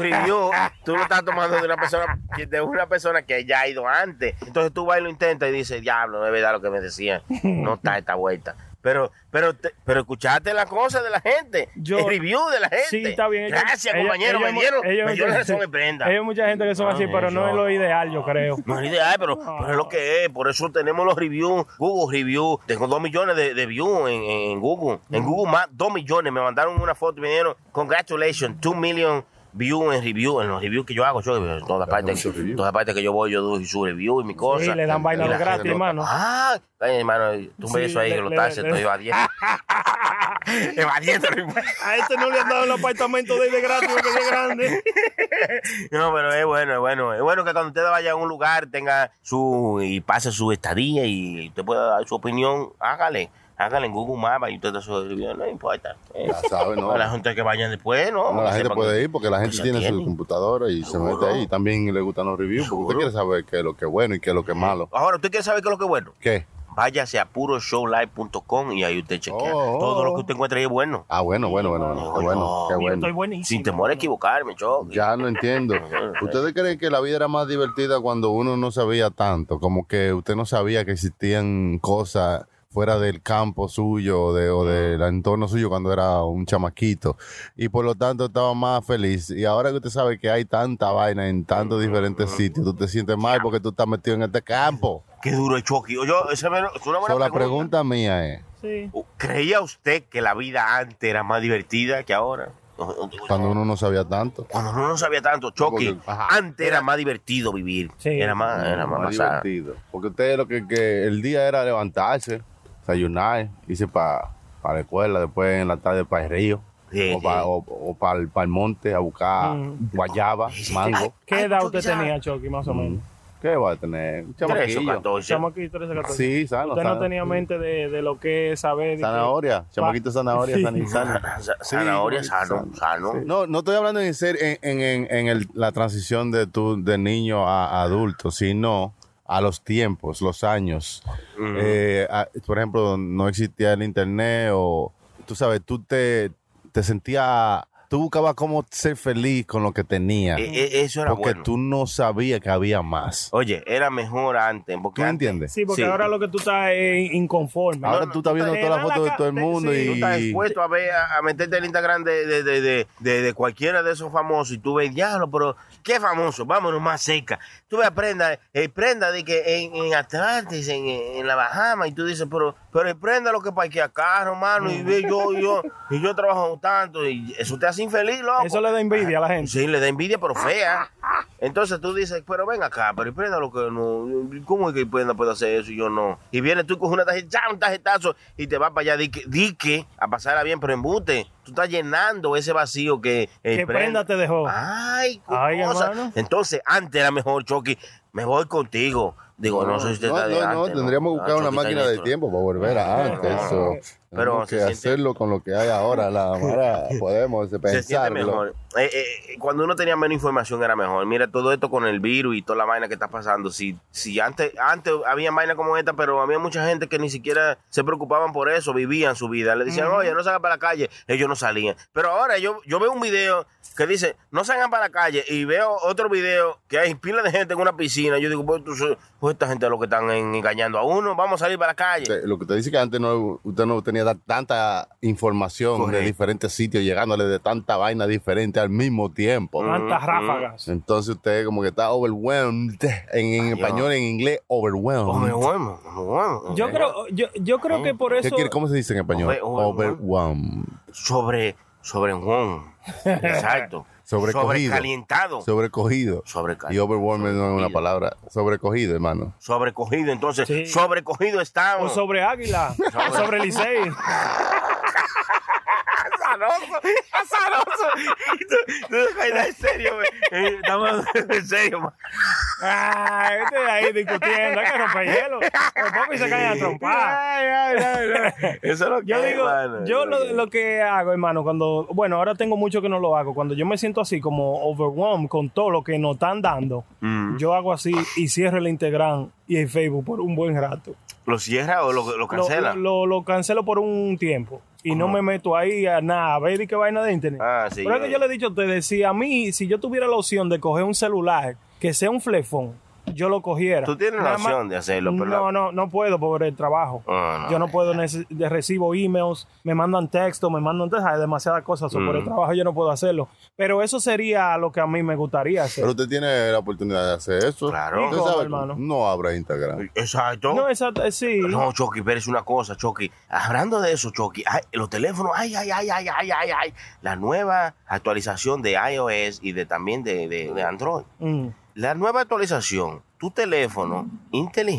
review, tú lo estás tomando de una persona que- de una persona que ya ha ido antes. Entonces tú vas y lo intentas y dices, diablo, no es verdad lo que me decían. No está esta vuelta. Pero, pero, te- pero escuchaste la cosa de la gente. Yo- el review de la gente. Sí, está bien. ellos- Gracias, ellos- compañero. ellos- me dieron, ellos- me dieron razón de prenda. Hay mucha gente que son así, pero no es lo ideal, yo creo. No es ideal, pero, pero es lo que es. Por eso tenemos los reviews, Google Review. Tengo dos millones de, de views en, en- en Google. En Google más dos millones. Me mandaron una foto y me dijeron, congratulations, two million views en review. En los reviews que yo hago, yo en todas partes, muchos reviews. en todas partes que yo voy, yo doy su review y mi Sí, cosa. le dan vaina y de la gratis, gente no- hermano. Ah, ay, hermano, tú me Sí, eso ahí le- que lo le- taxes, le- estoy evadiendo. evadiendo. A este no le han dado el apartamento de, de gratis porque es grande. No, pero es bueno, es bueno. Es bueno que cuando usted vaya a un lugar tenga su y pase su estadía y usted pueda dar su opinión, hágale. Hágale en Google Maps y usted da su review, no importa. Eh, Ya sabes, ¿no? a la gente que vayan después, no. No, la gente puede ir porque la gente se tiene su atienden. computadora y se Seguro. mete ahí. También le gustan los reviews porque usted quiere saber qué es lo que es bueno y qué es lo que es malo. Ahora, ¿usted quiere saber qué es lo que es bueno? ¿Qué? Váyase a puroshowlive.com y ahí usted chequea. Oh, oh, Todo lo oh. que usted encuentre ahí es bueno. Ah, bueno, bueno, bueno, bueno. Qué bueno, qué Yo estoy bueno. buenísimo. Sin temor a equivocarme, yo. Ya lo entiendo. ¿Ustedes creen que la vida era más divertida cuando uno no sabía tanto? Como que usted no sabía que existían cosas fuera del campo suyo o, de, o del entorno suyo cuando era un chamaquito. Y por lo tanto estaba más feliz. Y ahora que usted sabe que hay tanta vaina en tantos diferentes sitios, tú te sientes mal porque tú estás metido en este campo. Qué duro es Chucky. Yo, esa me- es una buena So, la pregunta mía es, Sí. ¿Creía usted que la vida antes era más divertida que ahora? cuando uno no sabía tanto. Cuando uno no sabía tanto, Chucky, Porque, ajá. antes era más divertido vivir. Sí. Era más, era más, más sano. divertido. Porque usted lo que, que el día era levantarse, desayunar, irse para la escuela, después en la tarde para el río. Sí, o para sí. el, monte a buscar Mm. guayaba, mango. ¿Qué Ay, edad Chucky, usted ya. tenía, Chucky, más o menos? ¿Qué va a tener? Un Tres o chamaquillo. catorce. Estamos aquí 13, 14. Sí, sano, Usted no sano. tenía mente de, de lo que es saber. y que- Zanahoria, chamaquito zanahoria, Sí. sani- sano. Sa- Sí, Zanahoria, sano, chamaquito sano. Sí. No, no estoy hablando en ser en, en- en- en el- la transición de tu de niño a, a adulto, sino a los tiempos, los años. Mm. Eh, a- por ejemplo, no existía el internet o tú sabes, tú te, te sentías tú buscabas cómo ser feliz con lo que tenías. E- e- eso era porque bueno. tú no sabías que había más. Oye, era mejor antes. Porque ¿Tú me antes- entiendes? Sí, porque Sí. ahora lo que tú estás es inconforme. Ahora no, tú estás viendo te todas las dan la fotos de ca- todo el te- mundo sí, y... tú Tú estás expuesto a, ver, a, a meterte en el Instagram de, de, de, de, de- de cualquiera de esos famosos y tú ves, diablo, pero qué famoso, vámonos más cerca. Tú ves prenda, el prenda de que en, en Atlantis, en, en la Bahama, y tú dices, pero, pero el prenda lo que parquea carro, mano, Mm. y ve yo, yo, y yo trabajo tanto, y eso te hace infeliz, loco. Eso le da envidia a la gente. Sí, le da envidia, pero fea. Entonces tú dices, pero ven acá, pero prenda lo que no. ¿Cómo es que prenda puede hacer eso y yo no? Y vienes tú con una tarjeta, ya, un tarjetazo, y te vas para allá, di que, di que, a pasarla bien, pero embute. Tú estás llenando ese vacío que. eh, Que Prenda te dejó. Ah, Ay, qué Ay, cosa. hermano. Entonces, antes era mejor, Chucky, me voy contigo. Digo, no, sé si te no, está de no, no, antes, tendríamos que Ah, buscar una Chucky está en máquina de esto. tiempo para volver a antes. no, so, no. Pero tenemos se que siente- hacerlo con lo que hay ahora. La manera podemos Se siente pensarlo. mejor. Eh, eh, eh, cuando uno tenía menos información era mejor. Mira, todo esto con el virus y toda la vaina que está pasando. Si, si antes, antes había vainas como esta, pero había mucha gente que ni siquiera se preocupaban por eso, vivían su vida. Le decían, oye, no salgan para la calle. Ellos no salían. Pero ahora yo, yo veo un video que dice, no salgan para la calle. Y veo otro video que hay pila de gente en una piscina. Yo digo, pues, tú so- pues, esta gente es lo que están en- engañando a uno. Vamos a salir para la calle. Te- Lo que te dice que antes no, usted no tenía ta- tanta información de Correcto. diferentes sitios llegándole de tanta vaina diferente al mismo Ah. tiempo. Tantas ráfagas. Entonces usted como que está overwhelmed en, en Ay, yo. español, en inglés, overwhelmed. Oh, me huemo, me huemo. Yo creo, yo, yo creo que por ¿Qué eso. quiere- ¿Cómo se dice en español? Over- overwhelmed. Overwhelmed. sobre sobre Juan. Exacto. Sobrecogido. Sobrecalientado. Sobrecogido. Sobrecal- Y overwhelmed no es una palabra. Sobrecogido, hermano. Sobrecogido, entonces, Sí. sobrecogido O estamos. sobre Águila. o sobre Licey. Azaroso, azaroso. Tú- tú, Jaina, en serio, güey. Eh, estamos en serio, man. Ay, estoy Ah, este ahí discutiendo. Hay que romper hielo. Los papis se caen a trompar. Ay, ay, ay, ay. Eso es lo que Yo es, digo, mano. yo Es lo, que es. lo que hago, hermano, cuando, bueno, ahora tengo mucho que no lo hago, cuando yo me siento así como overwhelmed con todo lo que nos están dando, yo hago así y cierro el Instagram y el Facebook por un buen rato. ¿Lo cierra o lo, lo Lo, cancela? lo- lo cancelo por un tiempo y no me meto ahí a nada, a ver y qué vaina de internet. Ah, sí, Pero es yo- que yo le he dicho a ustedes, si a mí, si yo tuviera la opción de coger un celular que sea un flefón, yo lo cogiera. Tú tienes la Nada más- opción de hacerlo, pero la- No, no, no puedo por el trabajo. Ah, no. Yo no puedo, nece- de- recibo emails, me mandan texto, me mandan texto, hay demasiadas cosas. so, Mm. Por el trabajo yo no puedo hacerlo. Pero eso sería lo que a mí me gustaría hacer. Pero usted tiene la oportunidad de hacer eso. Claro. Usted ¿Cómo, sabe, hermano? No abra Instagram. Exacto. no, esa, eh, sí. No, Chucky, pero es una cosa, Chucky. Hablando de eso, Chucky, ay, los teléfonos, ay, ay, ay, ay, ay, ay, ay. La nueva actualización de iOS y de también de, de- de Android. Mm. La nueva actualización, tu teléfono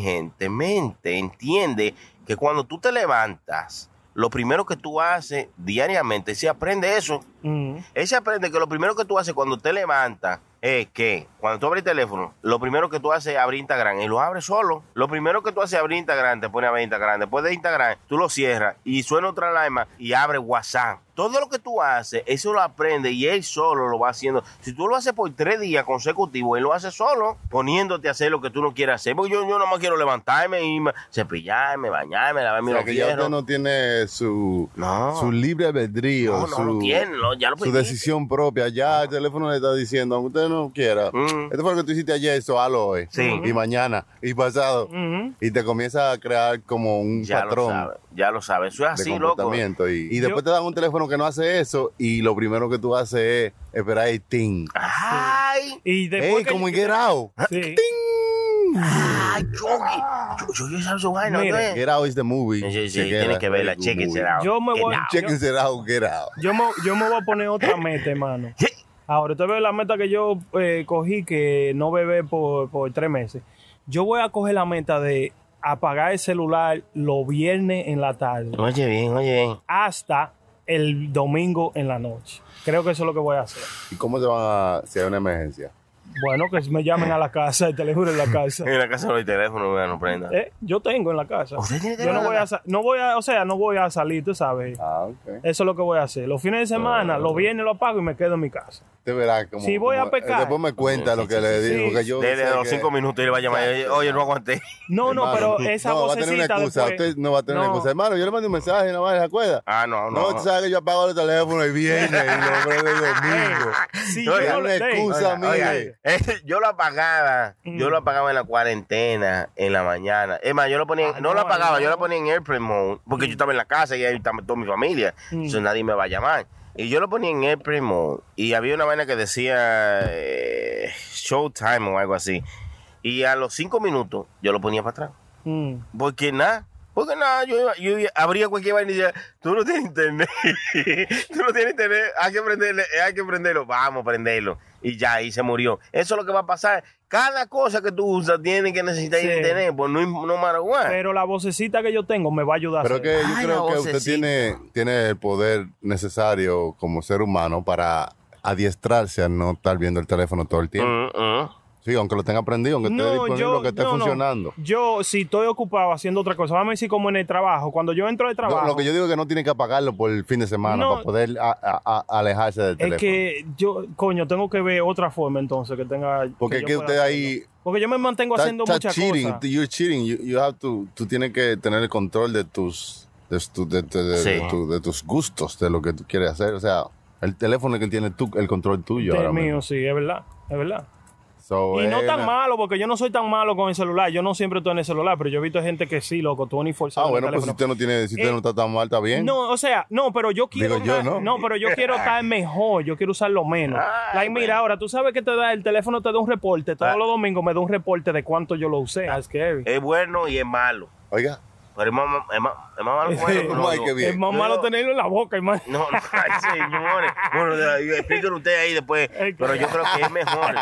inteligentemente entiende que cuando tú te levantas, lo primero que tú haces diariamente, si aprende eso, Mm. él se aprende que lo primero que tú haces cuando te levantas es que cuando tú abres el teléfono, lo primero que tú haces es abrir Instagram y lo abres solo. Lo primero que tú haces es abrir Instagram, te pone a ver Instagram. Después de Instagram, tú lo cierras y suena otra alarma y abre WhatsApp. Todo lo que tú haces, eso lo aprende y él solo lo va haciendo. Si tú lo haces por tres días consecutivos, él lo hace solo, poniéndote a hacer lo que tú no quieres hacer. Porque yo, yo nomás quiero levantarme y me- cepillarme, bañarme, lavarme O sea, los que ya fierros. usted no tiene su, No. su libre albedrío, No, no su, lo tiene, no, ya lo su perdiste. decisión propia. Ya el teléfono le está diciendo, aunque usted no quiera, Mm. esto fue lo que tú hiciste ayer, eso halo hoy, Sí. y mañana, y pasado. Mm. Y te comienza a crear como un ya lo patrón. sabe, ya lo sabe. Eso es de así, loco. comportamiento. Y, y después te dan un teléfono que no hace eso y lo primero que tú haces es esperar el ting. Ay, Y después ¡Ey, que- como en Get Out! Sí. ay, Yogi. Yo, yo, yo esa vaina, Mire. ¿no es? Get Out is the movie. Sí, sí, sí, Check it tienes out. que verla, Good check it movie. out. Yo me Get voy- out. Check it out, Get Out. Yo me, yo me voy a poner otra meta, hermano. Ahora, usted ve la meta que yo eh, cogí, que no bebé por, por tres meses. Yo voy a coger la meta de apagar el celular los viernes en la tarde Oye bien, oye bien. hasta el domingo en la noche. Creo que eso es lo que voy a hacer. ¿Y cómo se van a... si hay una emergencia? Bueno, que me llamen a la casa y te lo juro en la casa. En la casa no hay teléfono, vea, no prenda. Eh, yo tengo en la casa. ¿Usted tiene Yo no voy teléfono en la a, sa- no voy a, o sea, no voy a salir, tú sabes. Ah, ok. Eso es lo que voy a hacer. Los fines de Ah. semana, los viernes lo apago y me quedo en mi casa. Te verás como. Si voy a como- eh, pecar. Después me cuenta lo que le sí, digo. sí. Que yo Desde sé los que- cinco minutos él va a llamar. y, Oye, no aguanté. No, no, Hermano, pero esa no, va a vocecita tener una excusa. después- Usted no va a tener una No. excusa. Hermano, yo le mando un mensaje, no más, ¿se acuerda? Ah, no, no. No, tú sabes que yo apago el teléfono y viene y lo prendo el domingo. Si Oye, yo no una le- Ey, excusa. Oiga, oiga, mire. eh, yo lo apagaba, yo Mm. lo apagaba en la cuarentena, en la mañana. Es más, yo lo ponía, Ah, no, no, lo apagaba, ahí yo no. lo ponía en airplane mode, porque yo estaba en la casa y ahí estaba toda mi familia, Mm. entonces nadie me va a llamar. Y yo lo ponía en airplane mode y había una vaina que decía eh, showtime o algo así. Y a los cinco minutos yo lo ponía para atrás. Mm. Porque nada. Porque nada, yo, iba- yo iba- abría cualquier vaina y decía, tú no tienes internet, tú no tienes internet, hay que prenderle, eh, hay que prenderlo, vamos a prenderlo. Y ya, ahí se murió. Eso es lo que va a pasar. Cada cosa que tú usas tiene que necesitar Sí. internet, pues no, im- no matter what. Pero la vocecita que yo tengo me va a ayudar. a Pero hacer. que yo Ay, creo la que usted vocecita. tiene, tiene el poder necesario como ser humano para adiestrarse a no estar viendo el teléfono todo el tiempo. Mm, mm. Sí, aunque lo tenga aprendido, aunque esté disponible, que esté no, no. funcionando. Yo, si estoy ocupado haciendo otra cosa, vamos a decir como en el trabajo, cuando yo entro de No, trabajo, lo que yo digo es que no tiene que apagarlo por el fin de semana No. para poder a- a- a- alejarse del teléfono. es que yo, coño, tengo que ver otra forma entonces que tenga. Porque es yo que pueda usted hacerlo. ahí- Porque yo me mantengo Está- haciendo está muchas cheating. cosas. You're cheating. You, you have to, tú tienes que tener el control de tus, de, tu- de- de- de- Sí. de tu- de tus gustos, de lo que tú quieres hacer. O sea, el teléfono es que tiene tú, el control tuyo Del ahora mío, mismo. sí, es verdad, es verdad. So, Y no es tan una- malo, porque yo no soy tan malo con el celular. Yo no siempre estoy en el celular, pero yo he visto gente que sí, loco, tú uniforzado. Ah, bueno, pues si usted no tiene, si usted Eh, no está tan mal, está bien. No, o sea, no, pero yo quiero. Digo yo, más- ¿no? pero yo quiero estar mejor, yo quiero usarlo menos. Ay, like, mira, ahora tú sabes que te da el teléfono, te da un reporte. Todos Ah. los domingos me da un reporte de cuánto yo lo usé. That's scary. Es bueno y es malo. Oiga. Pero es más, es más, es más malo. que bueno, pero Ay, no- qué bien. Es más Yo- malo tenerlo en la boca, hermano. No, no, ay, señores. Bueno, de- explíquenlo ustedes ahí después. Ey, Pero yo creo que es mejor.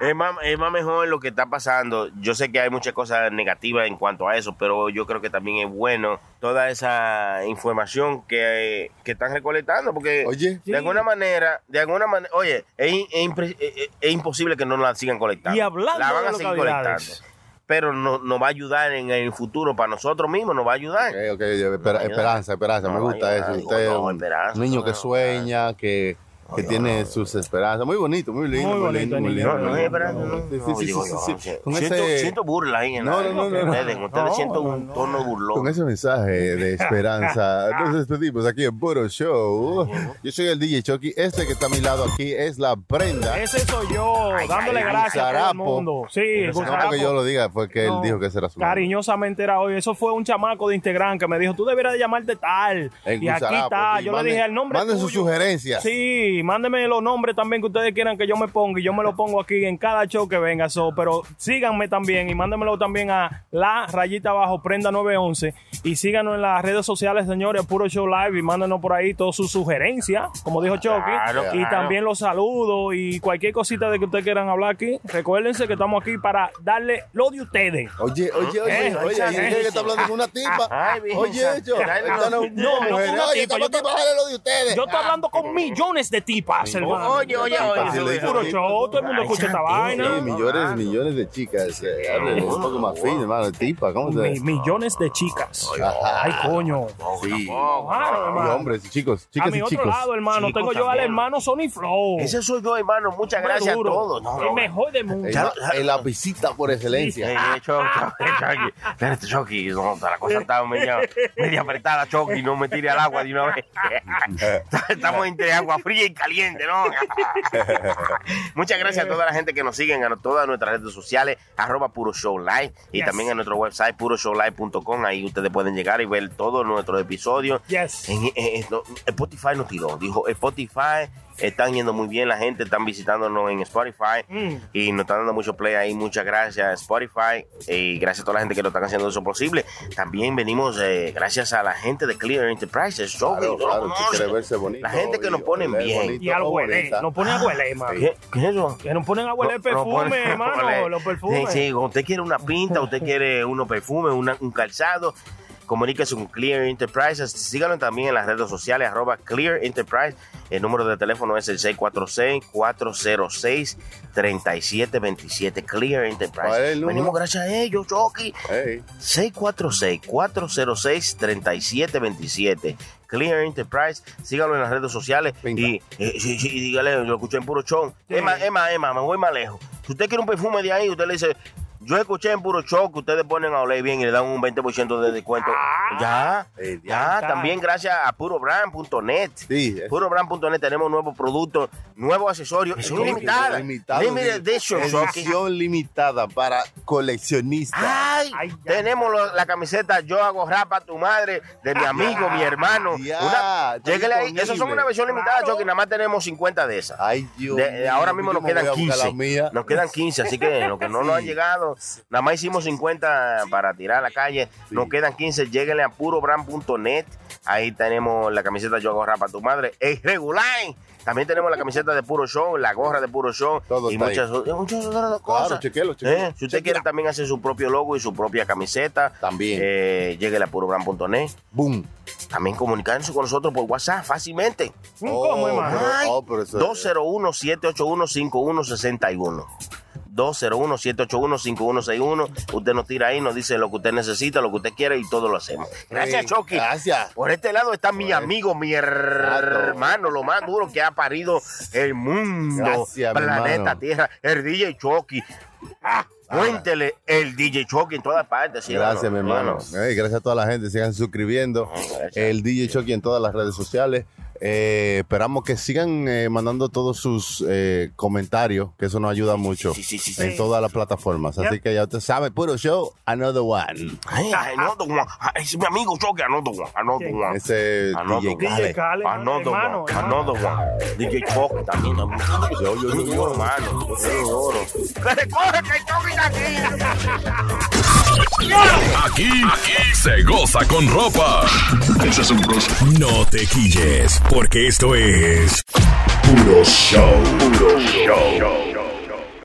es, más, es más mejor lo que está pasando. Yo sé que hay muchas cosas negativas en cuanto a eso, pero yo creo que también es bueno toda esa información que, que están recolectando. Porque Oye. de alguna manera, de alguna manera, oye, es, in- es impre- es- es- es imposible que no la sigan colectando. Y hablando la van de a seguir localidades. colectando. Pero no- nos va a ayudar en el futuro para nosotros mismos, nos va a ayudar. Ok, ok, espera- ayuda. esperanza, esperanza, No, me gusta ayuda, eso. digo, Usted es no, un esperanza, niño que no, sueña, que, que tiene sus esperanzas. Muy bonito, muy lindo, Muy muy, bonito, lindo, muy niño. lindo. No, no es verdad, no, no. Sí, sí, No, sí, digo sí, yo, sí. sí. Con siento, ese- siento burla ahí en No, la- no, no, no, ustedes, no. ustedes No, sienten un no. tono Con burlón. ese mensaje de esperanza, nos despedimos aquí en Puro Show. Yo soy el DJ Chucky. Este que está a mi lado aquí es la prenda. Ese soy yo, Ay, dándole ay, ay, gracias a todo el Sarapo. mundo. Sí, el No Gusarapo. porque yo lo diga, fue que No. él dijo que ese era su nombre. Cariñosamente era hoy. Eso fue un chamaco de Instagram que me dijo, tú deberías de llamarte tal. El y aquí Gusarapo, está. sí, yo manden- le dije el nombre. manden sus tuyo". sugerencias. Sí, mándenme los nombres también que ustedes quieran que yo me ponga. Y yo me lo pongo aquí en cada show que venga. so, pero síganme también y mándenmelo también a la rayita abajo, prenda 911. Y síganos en las redes sociales, señores, Puro Show Live. Y mándenos por ahí todas sus sugerencias, como dijo Chucky. Claro, y claro. también los saludos y cualquier cosita de que ustedes quieran hablar aquí. Recuérdense que estamos aquí para darle lo de ustedes. Oye, oye, oye, Eh, oye, esa- y usted que está hablando con una tipa. Ay, mi hija. Oye, yo, Dale, no, esta no, no, no, mujer, una oye, tipa, estamos yo aquí te- para darle lo de ustedes. Yo estoy hablando Ah, con millones de tipas, hermano. Oye, oye, Tipa, sí, oye. le oye. dicen Puro show, todo el mundo Ay, escucha esta santo, vaina. Sí, millones, millones de chicas. eh, háblele un poco más fino, hermano. Tipa, ¿cómo se Mi- millones de chicas. Ay, coño. Sí. Claro, Y hermano. hombres, y chicos, A chicas mi y otro chicos. lado, hermano, Chicos tengo yo al también. hermano Sony Flow. Ese soy yo, hermano. Muchas Hombre gracias a duro. todos. No, el no, mejor del mundo. El, el lapicita por excelencia. Ey, ey, Chucky, Chucky, Chucky. Espérate, Chucky. No, la cosa está media, media apretada, Chucky. No me tire al agua de una vez. Estamos entre agua fría y caliente, ¿no? Muchas gracias a toda la gente que nos siguen, a todas nuestras redes sociales, arroba Puro Show Live y Yes. también a nuestro website puroshowlive.com. Ahí ustedes pueden llegar y ver todos nuestros episodios. Yes. En- en- en- no, Spotify nos tiró, dijo Spotify. Están yendo muy bien la gente, están visitándonos en Spotify Mm. y nos están dando mucho play ahí. Muchas gracias Spotify y gracias a toda la gente que nos están haciendo eso posible. También venimos eh, gracias a la gente de Clear Enterprises. Yo, Claro, yo lo claro, usted conozco. quiere verse bonito. La gente que nos y ponen oler bien. bonito, Y al oh, huele. bonita. Nos pone a huele, hermano. ¿Qué, qué es eso? Que nos ponen a No, huele no pone- perfume, hermano. pone- Los perfumes. Sí, sí, usted quiere una pinta, usted quiere unos perfumes, una- un calzado. Comuníquese con Clear Enterprises. Síganlo también en las redes sociales, arroba Clear Enterprise. El número de teléfono es el 646-406-3727. Clear ¿Cuál es Enterprise. el número? Venimos gracias a ellos, Chucky. Ey. 646-406-3727. Clear Enterprise, síganlo en las redes sociales Venga. y, eh, sí, sí, y dígale, lo escuché en puro chon. Emma, Emma, Emma, me voy más lejos. Si usted quiere un perfume de ahí, usted le dice, yo escuché en puro chon que ustedes ponen a oler bien y le dan un 20% de descuento. ya, Eh, ya, ya. también gracias a purobrand.net. Sí, Pues, es- Purobrand.net tenemos nuevos productos, nuevos accesorios, edición limitada. Limitado, Limited sí. edition, Chucky. Edición limitada para coleccionistas. ¡Ay! Ay, ya. tenemos lo- la camiseta Yo hago rap a tu madre de mi amigo, mi hermano. ya, Una- está lléguele ahí. disponible. Esas son una versión limitada, Chucky. Nada más tenemos 50 de esas. Ay, Dios. De- mío, ahora mismo yo nos me voy quedan a buscar la 15. mía. Nos quedan 15, así que lo que no nos han llegado, nada más hicimos 50 para tirar a la calle. Nos quedan 15. Lléguenle a purobrand.net. Ahí tenemos la camiseta Yo hago rap a tu madre. Es regular. También tenemos la camiseta de Puro Show, la gorra de Puro Show Todo y está ahí. muchas, muchas otras cosas. Claro, chequelo, chequelo. Eh, Si usted quiere Chequela. también hacer su propio logo y su propia camiseta, También. eh, llegue a purobrand.net. Boom. También comunicarse con nosotros por WhatsApp fácilmente. ¿Cómo, hermano? pero- Ay, oh, pero eso- 201-781-5161. 201-781-5161. Usted nos tira ahí, nos dice lo que usted necesita, lo que usted quiere y todo lo hacemos. Gracias, Eh, Chucky. Gracias. Por este lado está mi amigo, mi her- hermano, lo más duro que ha parido el mundo, Gracias, mi planeta hermano. Tierra, el DJ Chucky. Ah, cuéntele el DJ Chucky en todas partes. sí, Gracias, mi hermano. hermano. Eh, gracias a toda la gente. Sigan suscribiendo. gracias. El DJ Chucky en todas las redes sociales. Eh, esperamos que sigan eh, mandando todos sus eh, comentarios, que eso nos ayuda mucho Sí, sí, sí, sí. en todas las plataformas. Así que ya usted sabe, puro show, another one. Ay, another one. Ay, Es mi amigo Chucky, another one, another one. Ese Another DJ one. Khaled. Khaled, Another hermano, one, hermano. another one. DJ Chucky también. Yo, yo, yo, yo, hermano. Yo, yo, yo. ¡Que se corre, que Chucky está aquí! Aquí, aquí se goza con ropa. No te quilles, porque esto es puro show. Puro show.